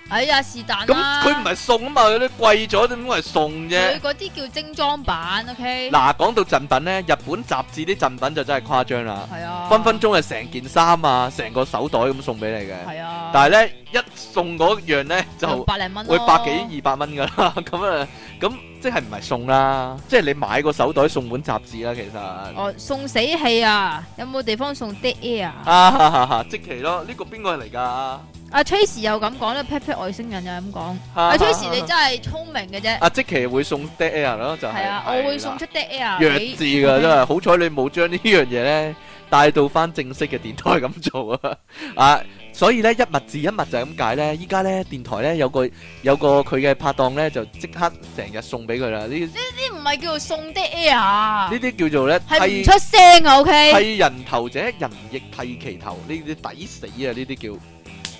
B: 哎呀，是但
A: 咁
B: 啦。
A: 佢唔係送啊嘛，佢啲貴咗點解係送啫
B: 佢？嗰啲叫精裝版，OK。
A: 嗱，講到贈品咧，日本雜誌啲贈品就真係誇張啦，
B: 係啊，
A: 分分鐘係成件衫啊，成個手袋咁送俾你嘅，
B: 係啊，
A: 但係咧一送嗰樣咧就。
B: 百零蚊咯
A: 會百幾二百蚊噶 啦，咁啊，咁即係唔係送啦，即係你買個手袋送本雜誌啦，其實
B: 哦，送死氣啊！有冇地方送 dead air 啊？
A: 啊哈哈哈，即期咯，呢個邊個嚟㗎？
B: 阿 Trace 又咁講咧，Pat Pat 外星人又咁講。
A: 阿
B: 阿 Trace 你真係聰明嘅啫，
A: 啊，即期會送 dead air 咯，就係
B: 係啊，我會送出 dead
A: 係啦
B: air
A: 弱
B: 俾
A: 智 㗎，真係好彩你冇將呢樣嘢咧帶到翻正式嘅電台咁做啊！啊，所以咧一物治一物就係咁解咧，依家咧電台咧有個有個佢嘅拍檔咧就即刻成日送俾佢啦，呢呢
B: 呢啲唔係叫做送 dead air，
A: 啲叫做咧
B: 係
A: 批
B: 唔出聲啊 ，OK？
A: 剃人頭者，人亦剃其頭，呢啲抵死啊！呢啲叫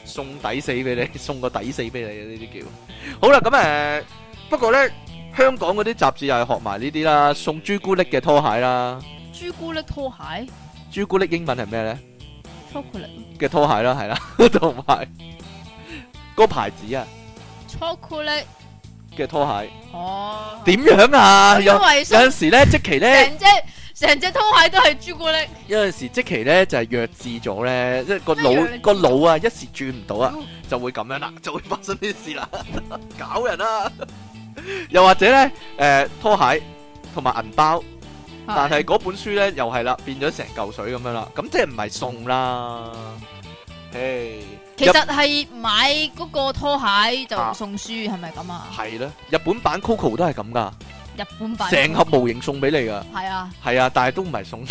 A: 送抵死俾你，送個抵死俾你啊！呢啲叫好啦，咁誒、呃不過呢，香港嗰啲雜誌又係學埋呢啲啦，送朱古力嘅拖鞋啦，
B: 朱古力拖鞋
A: 朱古力英文係咩呢？
B: ，chocolate
A: 嘅拖鞋啦，係啦，同埋個牌子啊
B: chocolate，
A: 嘅拖鞋
B: 哦，
A: 點樣啊？
B: 因
A: 有
B: 為
A: 有陣時咧，即期呢。
B: 成隻成隻拖鞋都係朱古力，
A: 有陣時即期咧就係、弱智咗咧，即係個
B: 咩弱
A: 腦
B: 智
A: 個腦啊一時轉唔到啊
B: 哦，
A: 就會咁樣啦，就會發生呢啲事啦， 搞人啦、又或者咧，誒、拖鞋同埋銀包，
B: 啊
A: 但係嗰本書咧又係啦，變咗成嚿水咁樣啦，咁即係唔係送啦？誒，
B: 其
A: 日
B: 實係買嗰個拖鞋
A: 啊
B: 就送書，係咪咁啊？
A: 係啦，日本版 Coco 都係咁噶，
B: 日本版
A: 成盒模型送俾 你噶，
B: 係啊，
A: 係啊，但係都唔係送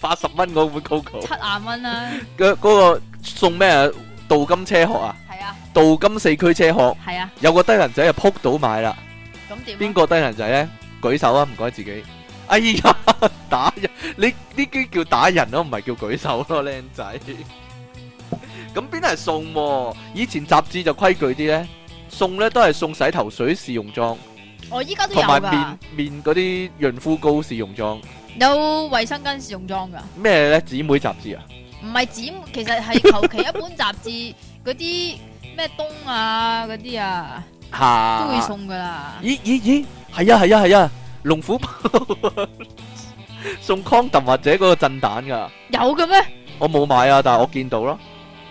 A: 八十蚊嗰本 Coco，
B: 七廿蚊啦，
A: 嗰嗰、個送咩啊？镀金車殼啊！
B: 係啊，
A: 镀金四驅車殼，
B: 係啊，
A: 有個低能仔就撲到買啦。
B: 咁點啊？
A: 邊個低能仔呢？舉手啊，唔該自己。哎呀， 打人！你呢啲叫打人咯，唔係叫舉手咯，靚仔。咁邊係送、喎？以前雜誌就規矩啲呢，送呢都係送洗頭水試用裝，
B: 我依家都有
A: 同埋
B: 㗎
A: 面，面嗰啲潤膚膏試用裝。
B: 有衛生巾試用裝㗎，
A: 咩呢？姊妹雜誌啊？
B: 唔係剪，其 實係求其一本雜誌嗰啲咩東啊嗰啲啊
A: 嚇、
B: 都會送㗎啦。
A: 咦咦咦，係啊係啊係啊，龍虎豹 送 condom 或者嗰個震蛋㗎。
B: 有嘅咩？
A: 我冇買啊，但係我見到咯，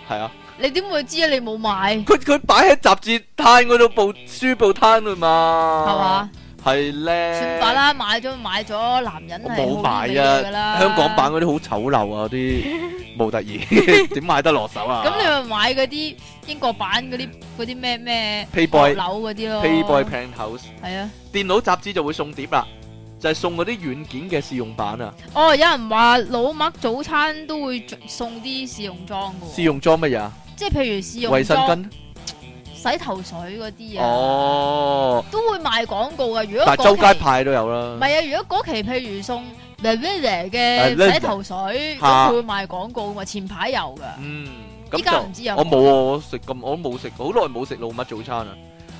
A: 係啊，
B: 你點會知啊？你冇買
A: 佢佢擺喺雜誌攤嗰度報書報攤啊嘛，
B: 係嘛？
A: 係咧，
B: 算罷，啦，買咗買咗，男人
A: 我
B: 係
A: 冇
B: 好
A: 買
B: 呢味嘢㗎啦。
A: 啊，香港版。嗰啲好醜陋啊， 啲模特兒 點買得落手啊？嗯
B: 咁你咪買嗰啲英國版嗰啲嗰啲咩咩
A: Playboy
B: 樓嗰啲咯。
A: Playboy Penthouse
B: 係啊。
A: 電腦雜誌就會送碟啦，就係送嗰啲軟件嘅試用版啊，
B: 哦，有人話老麥早餐都會送啲試用裝嘅喎，
A: 試用裝乜嘢啊？
B: 即係譬如試
A: 衛
B: 用
A: 生
B: 裝、
A: 巾
B: 洗頭水嗰啲啊，
A: 哦，
B: 都會賣廣告嘅。如果
A: 但係周
B: 嗰
A: 街
B: 期
A: 派都有
B: 唔
A: 啦，
B: 係啊，如果嗰期譬如送 b e b e
A: 係呢
B: 嘅洗頭水，咁
A: 嚇
B: 佢會賣廣告嘛。前排有㗎，
A: 嗯，
B: 依
A: 咁
B: 家
A: 就
B: 唔。知有
A: 我
B: 冇。
A: 冇啊！我食咁，我都冇食，好耐冇食老麥早餐啦。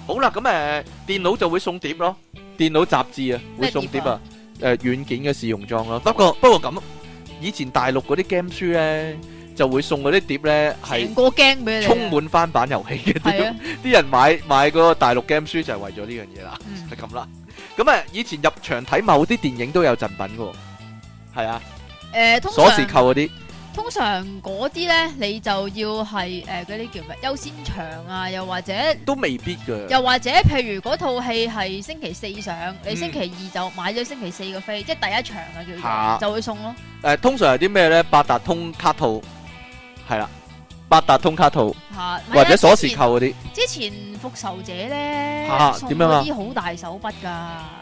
A: 好啦，咁誒、呃電腦就會送碟咯，電腦雜誌啊會
B: 咩
A: 送碟
B: 碟
A: 啊
B: 啊，
A: 誒、軟件嘅試用裝咯。不過不過咁，以前大陸嗰啲 game 書咧就會送嗰啲碟咧係
B: 成個驚俾你啊。
A: 充滿翻版遊戲嘅
B: 係
A: 碟
B: 啊，，
A: 啲人買買嗰個大陸 game 書就係為咗呢樣嘢啦， 呃
B: 嗯
A: 係咁啦。咁啊，以前入場睇某啲電影都有贈品嘅喎，係啊，
B: 诶、通
A: 鎖匙
B: 常
A: 扣嗰啲，
B: 通常嗰啲咧，你就要係诶嗰啲叫咩優先場啊，又或者
A: 都未必嘅。
B: 又或者譬如嗰套戲係星期四上，你
A: 嗯
B: 星期二就買咗星期四個飛，即係第一場啊叫做，
A: 嚇
B: 就會送咯。
A: 诶，通常係啲咩咧？八達通卡套係啦，八達通卡套
B: 吓，唔係
A: 或者
B: 啊
A: 鎖
B: 之
A: 匙
B: 前
A: 扣嗰啲，
B: 之前復仇者咧
A: 嚇，
B: 送
A: 點樣啊
B: 嗰啲好大手筆㗎，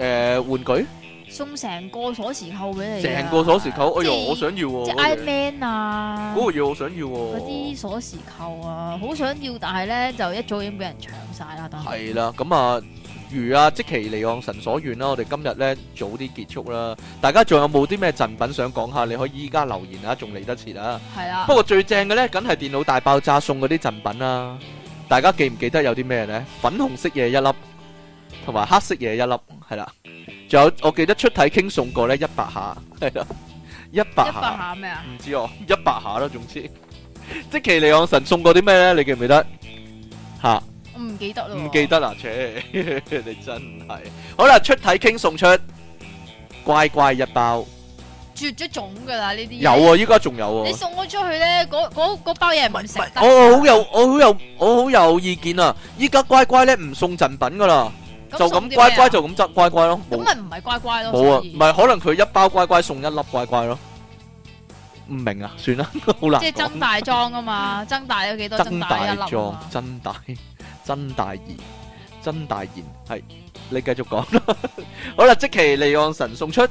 A: 诶，玩具
B: 送成個鎖匙扣俾你㗎，
A: 成個鎖匙扣，哎
B: 即
A: 呦，
B: 係
A: 我想要喎
B: 即係
A: 嗰
B: Iron
A: 樣
B: Man 啊，
A: 嗰個嘢我想要喎。
B: 嗰啲鎖匙扣啊，好想要，但係咧就一早已經俾人搶晒啦，但係。
A: 系啦，咁啊，如啊，即其離岸神所願啦，我哋今日咧早啲結束啦。大家仲有冇啲咩贈品想講下？你可以依家留言啊，仲嚟得切啊。
B: 系啦
A: 不，過最正嘅咧，梗係電腦大爆炸送嗰啲贈品啦。大家記唔記得有啲咩呢？粉紅色嘢一粒，同埋黑色嘢一粒，係啦。仲有我記得出體傾送過呢一百下，係啦，一百
B: 一百
A: 下，
B: 下咩啊？
A: 唔知哦，一百下啦，總之。即其離岸神送過啲咩呢？你記唔記得？吓、
B: 我唔記得咯，
A: 唔記。得啦，切！ 你真係好啦，出體傾送出乖乖一包，
B: 絕咗種㗎啦呢啲。
A: 有！啊，依家仲有
B: 你
A: 啊。
B: 送咗出去咧，嗰嗰嗰包嘢唔食得。
A: 我我好有我好有我好有意見啊！依家乖乖咧唔送贈品噶啦，就
B: 送啲
A: 咁
B: 咩啊
A: 乖乖就咁執乖乖咯，
B: 咁
A: 冇
B: 咪唔係乖乖
A: 冇
B: 咯。
A: 啊，
B: 所以
A: 唔係可能佢一包乖乖送一粒乖乖咯，唔明啊，算啦， 好難
B: 即係
A: 講
B: 增。大裝啊嘛，增大咗幾多？
A: 增
B: 增大一
A: 大
B: 粒啊
A: 壯
B: 嘛，。
A: 增大增大 言，增大言係你繼續講 啦。好啦，即其利岸神送出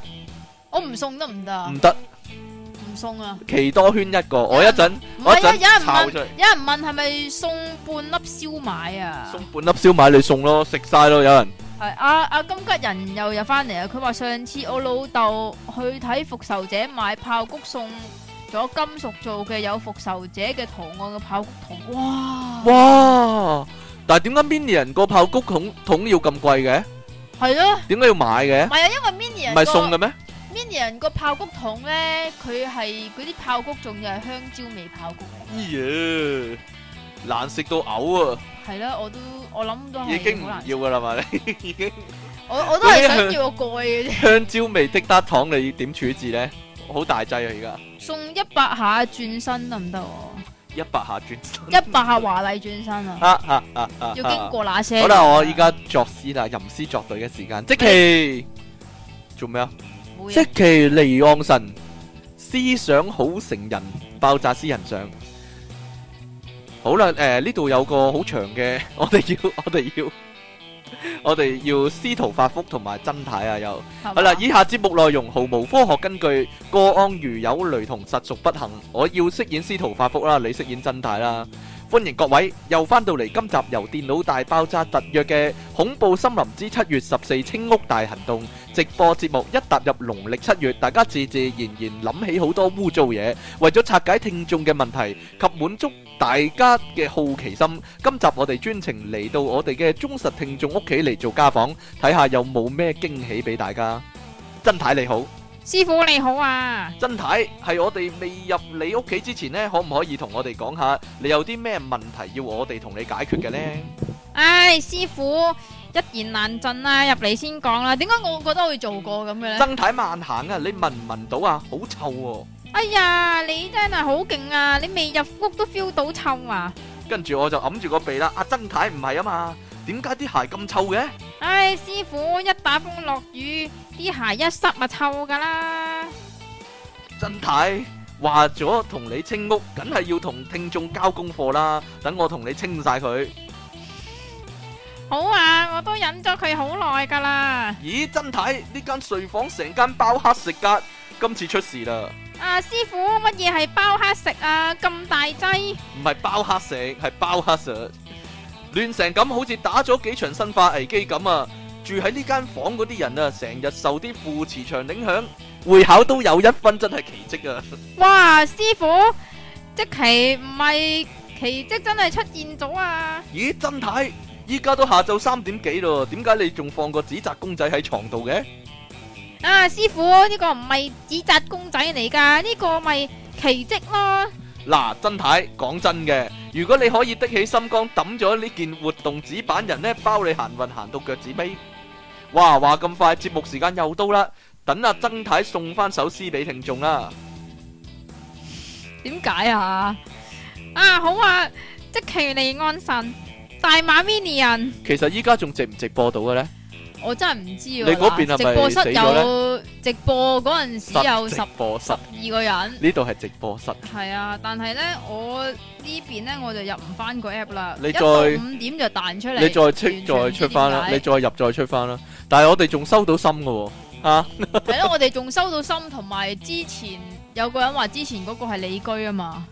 B: 我唔送得唔得啊
A: 唔？得。
B: 唔送啊！
A: 奇多圈一個，我一陣
B: 唔
A: 我一
B: 係
A: 陣
B: 啊，有人
A: 炒
B: 問
A: 出嚟，
B: 有人問係咪送半粒燒賣啊？
A: 送半粒燒賣你送咯，食晒咯有人。
B: 係啊啊！金吉人又入翻嚟啊！佢話上次我老豆去睇復仇者買炮谷送咗金屬做嘅有復仇者嘅圖案嘅炮谷桶，哇！
A: 哇！但係點解 Mini 人個炮谷桶桶要咁貴嘅？
B: 係咯，
A: 點解要買嘅
B: 唔？係啊，因為 mini
A: 唔
B: 人
A: 係送嘅咩？
B: mini 人個炮谷桶咧，佢係嗰啲炮谷仲要係香蕉味炮谷嚟，
A: 咦、難食到嘔啊！
B: 係啦，我都我諗都係
A: 已經唔
B: 好難
A: 要噶啦嘛，你已經
B: 我我都係
A: 嗰啲
B: 想
A: 係
B: 要個蓋嘅啫，
A: 香蕉味的得糖，你點處置咧？好大劑啊！
B: 送一百下轉身得唔得喎？
A: 而家一百下轉身，
B: 一百 下華麗轉身啊！
A: 啊啊啊啊！
B: 要經過那些
A: 好啦，
B: 年啊
A: 我依家作詩啦，吟詩作對嘅時間，即期做咩啊？
B: 冇嘢
A: 即其離岸神，思想好成人，爆炸私人相。好啦，诶呢度有個好長嘅， 我哋要我哋要我哋要司徒法福同埋真太啊，又
B: 係
A: 好啦，
B: 嘛
A: 以下節目內容毫無科學根據，個案如有雷同，實屬不幸。我要飾演司徒法福啦，你飾演真太啦。歡迎各位又翻到嚟今集由電腦大爆炸特約嘅恐怖森林之七月十四清屋大行動直播節目。一踏入農曆七月，大家自自然然諗起好多污糟嘢。為咗拆解聽眾嘅問題及滿足大家嘅好奇心，今集我哋專程嚟到我哋嘅忠實聽眾屋企嚟做家訪，睇下有冇咩驚喜俾大家。真太你好，
B: 師傅你好啊！
A: 真太係我哋未入你屋企之前呢，可唔可以同我哋講下你有啲咩問題要我哋同你解決嘅呢？
B: 唉，師傅一言難盡啦，入嚟先講啦。點解我覺得我會做過咁嘅咧？
A: 真太慢行啊，你聞唔聞到啊？好臭喎、
B: 哎呀，你真係好勁啊！你未入屋都 feel 到臭啊！
A: 跟住我就揞住個鼻啦。阿曾太唔係啊嘛，點解啲鞋咁臭嘅？
B: 唉，師傅一打風落雨，啲鞋一濕咪臭噶啦。
A: 真太話咗同你清屋，梗係要同聽眾交功課啦。等我同你清晒佢。
B: 好啊，我都忍咗佢好耐噶啦。
A: 咦，真太呢間睡房成間包黑食格，今次出事啦！
B: 啊，師傅乜嘢係包黑食啊？咁大劑？
A: 唔係包黑食，係包黑食，亂成咁，好似打咗幾場生化危機咁啊！住喺呢間房嗰啲人啊，成日受啲副磁場影響，會考都有一分，真係奇蹟啊！
B: 哇，師傅，即奇唔係奇蹟真係出現咗啊！
A: 咦，真太，依家都下晝三點幾咯，點解你仲放個紙紮公仔喺床度嘅？
B: 啊，師傅，呢、個唔係紙紮公仔嚟㗎，呢、個咪奇蹟咯。
A: 嗱，真太，講真嘅，如果你可以的起心肝抌咗呢件活動紙板人呢，包你行運行到腳趾尾。哇，話咁快，節目時間又到啦，等阿曾太送翻首詩俾聽眾啦。啊
B: 点解啊？啊好啊，即其尼安神，大马 mini 人，
A: 其實依家仲直唔直播到嘅咧？
B: 我真系唔知喎。
A: 你嗰邊係咪
B: 嗱直播室
A: 死咗啊
B: 有直播嗰阵时有
A: 室
B: 十
A: 直播室，
B: 二個人，
A: 呢度係直播室。
B: 係啊，但係咧我呢邊咧我就入唔翻個 app 啦，
A: 你
B: 一
A: 再
B: 到五點就彈出嚟，
A: 你再
B: 出
A: 出再出翻啦，你再入再出翻啦。但係我哋仲收到心嘅喎，啊
B: 系咯，我哋仲收到心，同埋之前有個人話之前嗰個係李居啊嘛。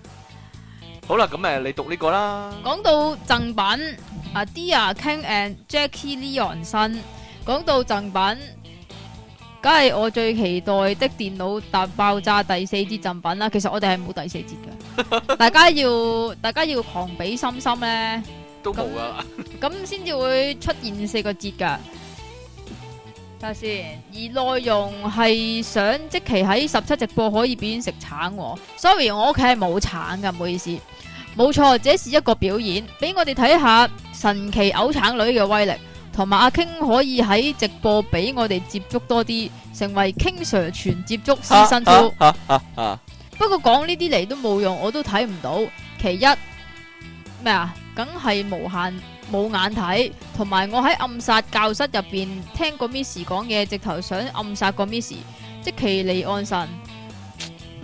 A: 好啦，咁誒你讀呢個啦，
B: 講到贈品，啊 Dear King and Jackie Leonson，講到贈品，梗係我最期待的電腦大爆炸第四節贈品啦。其實我哋係冇第四節嘅，大家要大家要狂俾心心咧，
A: 都冇噶。
B: 咁先至會出現四個節噶。睇下先，而內容係想即期喺十七直播可以表演食橙、喎。Sorry，我屋企係冇橙噶，唔好意思。冇錯，這是一個表演，俾我哋睇下神奇嘔橙女嘅威力，同埋阿 King 可以喺直播俾我哋接觸多啲，成為 King Sir 全接觸私生挑。
A: 啊啊啊！
B: 不過講呢啲嚟都冇用，我都睇唔到。其一咩啊，梗係無限冇眼睇，同埋我喺暗殺教室入邊聽個 Miss 講嘢，直頭想暗殺個 Miss，即其離岸神。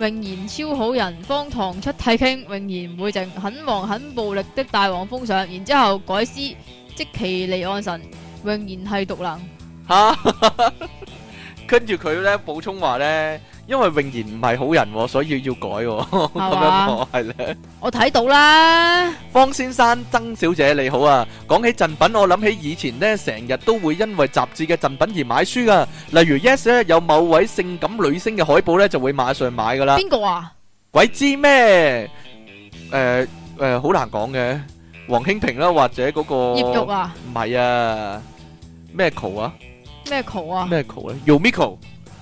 B: 永然超好人，方唐出體傾，永然唔會靜，很忙很暴力的大黃封上，然之後改詩，即其離岸神，永然係獨能。
A: 吓， 跟住佢咧補充話咧，因為永賢唔係好人喎，所以要改喎咁
B: 嘛
A: 樣係咧。
B: 我睇到啦。
A: 方先生、曾小姐你好啊！講起贈品，我諗起以前呢，成日都會因為雜誌嘅贈品而買書噶。例如 Yes 咧，有某位性感女星嘅海報呢，就會馬上買噶啦。
B: 邊個啊？
A: 鬼知咩？诶、誒，好、難講嘅。黃興平啦，或者嗰、個
B: 葉玉啊？
A: 唔係啊，咩 c 啊？
B: 咩球啊？
A: 咩 c 咧？Yumiko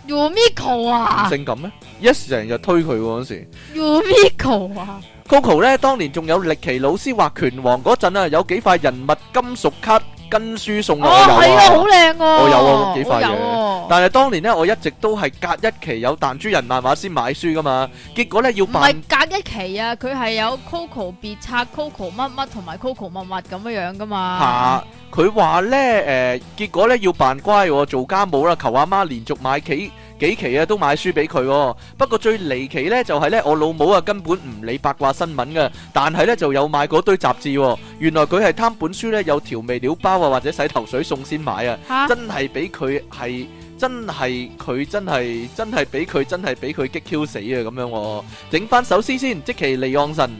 B: Umiko 啊
A: 性感咩？Yes 成日推佢喎嗰時。
B: ，Umiko 啊，
A: Coco 咧，當年仲有歷奇老師畫拳王嗰陣啊，有幾塊人物金屬卡跟書送
B: 哦
A: 我有
B: 係啊，好靚啊，
A: 我有啊幾塊嘢
B: 我有啊
A: 但係當年呢，我一直都係隔一期有彈珠人漫畫先買書噶嘛，結果呢，要
B: 唔係
A: 扮
B: 隔一期啊，佢係有 Coco 別冊、Coco 乜乜同埋 Coco 乜乜咁樣樣噶嘛
A: 下，。佢話呢，誒、結果呢，要扮乖喎、做家務啦，求阿媽連續買幾幾期啊，都買書俾佢、喎。不過最離奇呢，就係、呢，我老母啊根本唔理八卦新聞嘅，但係呢，就有買嗰堆雜誌、喎。原來佢係貪本書呢，有調味料包啊，或者洗頭水送先買啊。
B: 嚇
A: 真係俾佢係真係佢真係真係俾佢真係俾佢激 Q 死啊咁樣喎，整翻首詩先，即其利昂神，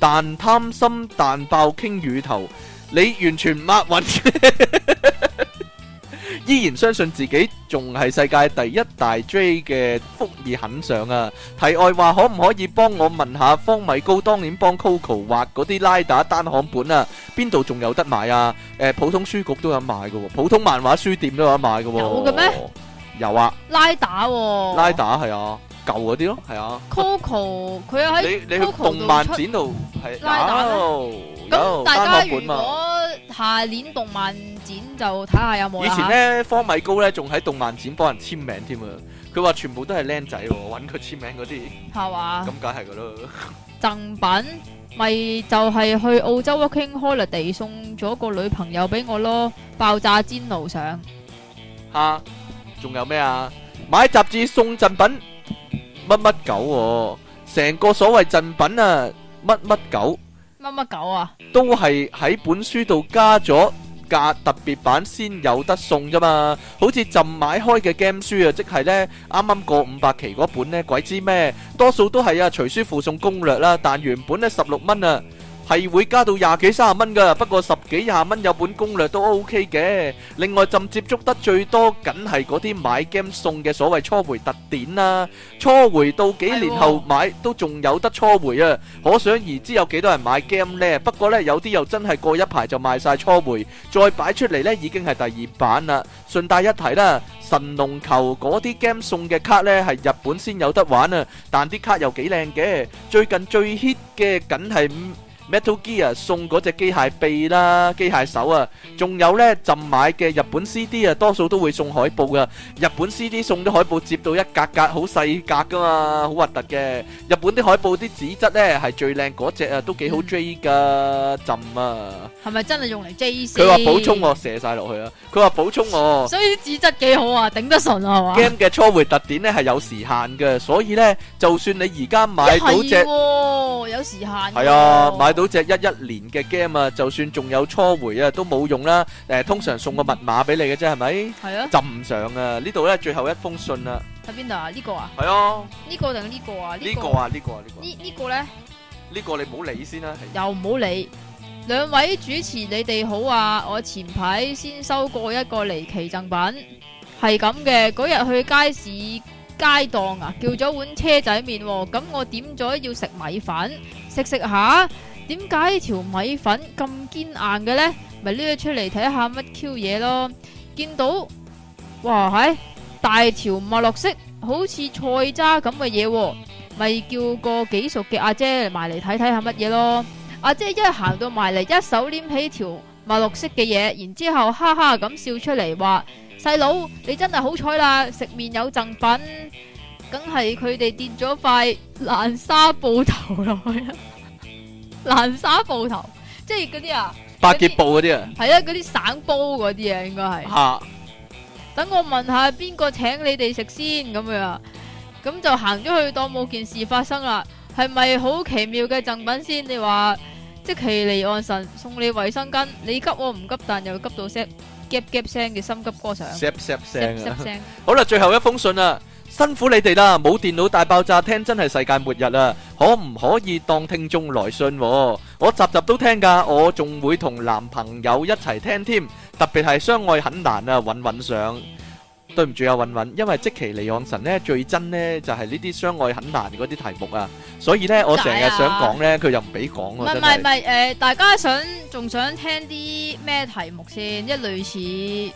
A: 但貪心但爆傾乳頭，你完全唔押韻，依然相信自己仲係世界第一大 J 嘅福爾肯上啊！題外話，可唔可以幫我問下方米高當年幫 Coco 畫嗰啲拉打單行本啊，邊度仲有得買啊？誒、普通書局都有賣嘅喎，普通漫畫書店都有得賣嘅喎。
B: 有嘅咩？
A: 有啊，
B: 拉打喎，
A: 拉打係啊，舊嗰啲咯，係啊。
B: Coco 佢又喺
A: 你你去
B: Coco
A: 動漫
B: 度出
A: 展度係
B: 拉打咩
A: 有有
B: 咁，大家
A: 單行
B: 如
A: 本嘛。
B: 果下年動漫展就睇下有冇
A: 以
B: 啦
A: 前
B: 嚇。
A: 咧，方米高咧仲喺動漫展幫人簽名添啊！佢話全部都係僆仔喎，揾佢簽名嗰啲，
B: 係嘛？
A: 咁梗係噶啦。
B: 贈品咪就係去澳洲 working holiday 送咗個女朋友俾我咯，爆炸煎爐上
A: 吓，仲有咩啊？買雜誌送贈品，乜乜狗喎、成個所謂贈品啊，乜乜狗
B: 乜乜狗啊？
A: 都係喺本書度加咗價特別版先有得送啫嘛。好似朕買開嘅 game 書啊，即係呢啱啱過五百期嗰本呢，鬼知咩？多數都係啊隨書附送攻略啦，但原本呢十六蚊啊。係會加到廿幾三十蚊噶，不過十幾廿蚊有本攻略都 OK 嘅。另外，朕接觸得最多，梗係嗰啲買 game 送嘅所謂初回特典啦。初回到幾年後買都仲有得初回啊！可想而知有幾多人買 game 呢？不過呢，有啲又真係過一排就賣晒初回，再擺出嚟呢已經係第二版啦。順帶一提啦，神龍球嗰啲 game 送嘅卡呢，係日本先有得玩啊，但啲卡又幾靚嘅。最近最 hit 嘅梗係 Metal Gear 送嗰只機械臂啦、機械手啊，仲有呢，朕買嘅日本 CD 啊，多數都會送海報噶。日本 CD 送啲海報接到一格格好細格噶嘛，好核突嘅。日本啲海報啲紙質呢係最靚嗰只啊，都幾好
B: 嗯
A: J 噶，朕啊！
B: 系咪真系用嚟 J 先？
A: 佢話補充我射晒落去啊！佢話補充我。
B: 所以啲紙質幾好啊，頂得順啊，係嘛？
A: game 嘅初回特點咧係有時限嘅，所以咧就算你而家買
B: 一
A: 到
B: 係
A: 隻
B: 喎，有時限㗎喎。
A: 係啊，買到隻一一年嘅 game 啊，就算仲有初回啊，都冇用啦。誒、通常送個密碼俾你嘅啫，係咪？
B: 係啊，
A: 浸上啊！呢度咧最後一封信啦，
B: 喺邊度啊？呢個啊？
A: 係啊，
B: 呢個定呢個啊？
A: 呢個
B: 個
A: 啊，呢個啊，呢個啊
B: 呢呢個咧
A: 呢個你唔好理先啦，係
B: 又唔好理。兩位主持，你哋好啊！我前排先收過一個離奇贈品，係咁嘅。嗰日去街市街檔啊，叫咗碗車仔麵喎。咁我點咗要食米粉，食食下，點解條米粉咁堅硬嘅呢？咪撩咗出嚟睇下乜 Q 嘢咯。見到哇，係、大條墨綠色，好似菜渣咁嘅嘢喎。咪叫個幾熟嘅阿姐埋嚟睇睇係乜嘢咯。阿姐一行到埋嚟，一手拈起條墨綠色嘅嘢，然之後哈哈咁笑出嚟，話：細佬你真係好彩啦，食面有贈品。梗係佢哋跌咗塊爛沙布頭落去啦， 爛沙布頭，即係嗰啲啊，
A: 百潔布嗰啲啊
B: 係啦，嗰啲省煲嗰啲啊，應該係。
A: 嚇。
B: 等我問下邊個請你哋食先咁樣，啊咁就行咗去當冇件事發生啦。係咪好奇妙嘅贈品先？你話即其離岸神送你衛生巾，你急我唔急，但又急到聲夾夾聲嘅心急歌上，
A: s a p s a p 聲啊！
B: 聲 聲
A: 好啦，最後一封信啦，辛苦你哋啦，冇電腦大爆炸聽真係世界末日啊！可唔可以當聽眾來信、喎？我集集都聽㗎，我仲會同男朋友一齊聽添，特別係相愛很難啊，揾揾上。對唔住啊，韻韻，因為即其離岸神呢最憎呢就係呢啲相愛很難嗰啲題目啊，所以呢，我成日
B: 點解啊
A: 想講呢，佢又唔俾講
B: 唔
A: 啊，
B: 係
A: 真
B: 唔係唔
A: 係
B: 係誒，大家想仲想聽啲咩題目先？即係類似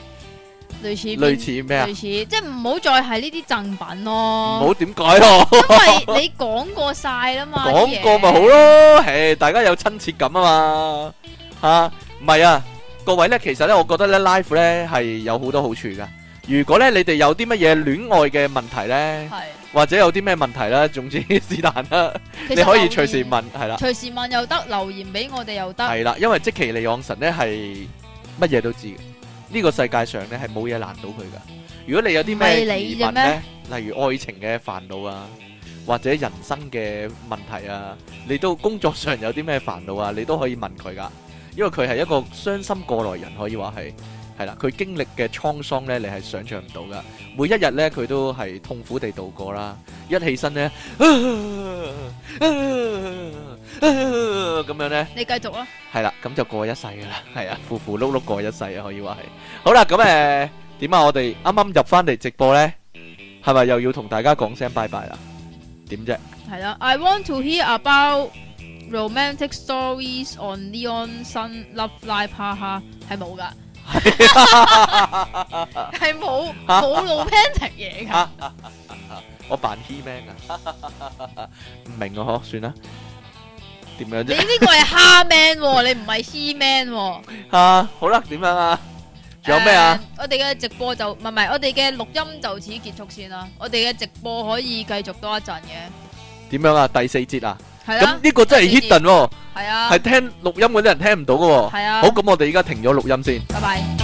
B: 類似邊
A: 類似咩啊？
B: 類似，即係唔好再係呢啲贈品
A: 唔
B: 咯
A: 好，點解咯？
B: 因為你講過晒啦嘛，啲嘢
A: 講過咪好咯，誒，大家有親切感啊嘛，嚇，唔係啊，各位咧，其實咧，我覺得咧，live 咧係有好多好處噶。如果咧你哋有啲乜嘢戀愛嘅問題咧，
B: 係。
A: 或者有啲咩問題啦，總之是但啦，
B: 其實
A: 你可以
B: 留言
A: 隨時問，係啦，
B: 隨時問又得，留言俾我哋又得，
A: 係啦，因為即其利昂神咧係乜嘢都知嘅，呢個世界上咧係冇嘢難到佢噶。如果你有啲咩
B: 唔係
A: 疑
B: 你
A: 問
B: 啫咩
A: 咧，例如愛情嘅煩惱啊，或者人生嘅問題啊，你都工作上有啲咩煩惱啊，你 都可以問佢噶，因為佢係一個傷心過來人，可以話係係啦，佢經歷嘅滄桑咧，你係想象唔到噶。每一日咧，佢都係痛苦地度過啦。一起身咧， 咁樣咧。
B: 你繼續啦。
A: 系啦，咁就過一世噶啦，係啊，糊糊碌碌過一世啊，可以話係。好啦，咁诶，点啊？我哋啱啱入翻嚟直播呢，係咪又要同大家講聲拜拜啦？點啫？
B: 係啦，I want to hear about romantic stories on Leon Sun Love Live，哈哈，係 冇噶，係冇冇 romantic 嘢噶，
A: 我扮 He Man 啊？唔明啊？嗬，算啦。點樣
B: 你
A: 啫？
B: 呢個係蝦 man，喎你唔係 he man 喎。
A: 啊，好啦，點樣啊？仲有咩啊？
B: 誒？我哋嘅直播就唔係唔係，我哋嘅錄音就此結束先啦。我哋嘅直播可以繼續多一陣嘅，
A: 點樣啊？第四節啊？
B: 係
A: 咁
B: 啦，
A: 呢個真係
B: 第四節
A: hidden 喎，
B: 係啊
A: 係，聽錄音嗰啲人聽唔到噶喎。
B: 係啊
A: 好，咁我哋而家停咗錄音先。
B: 拜拜。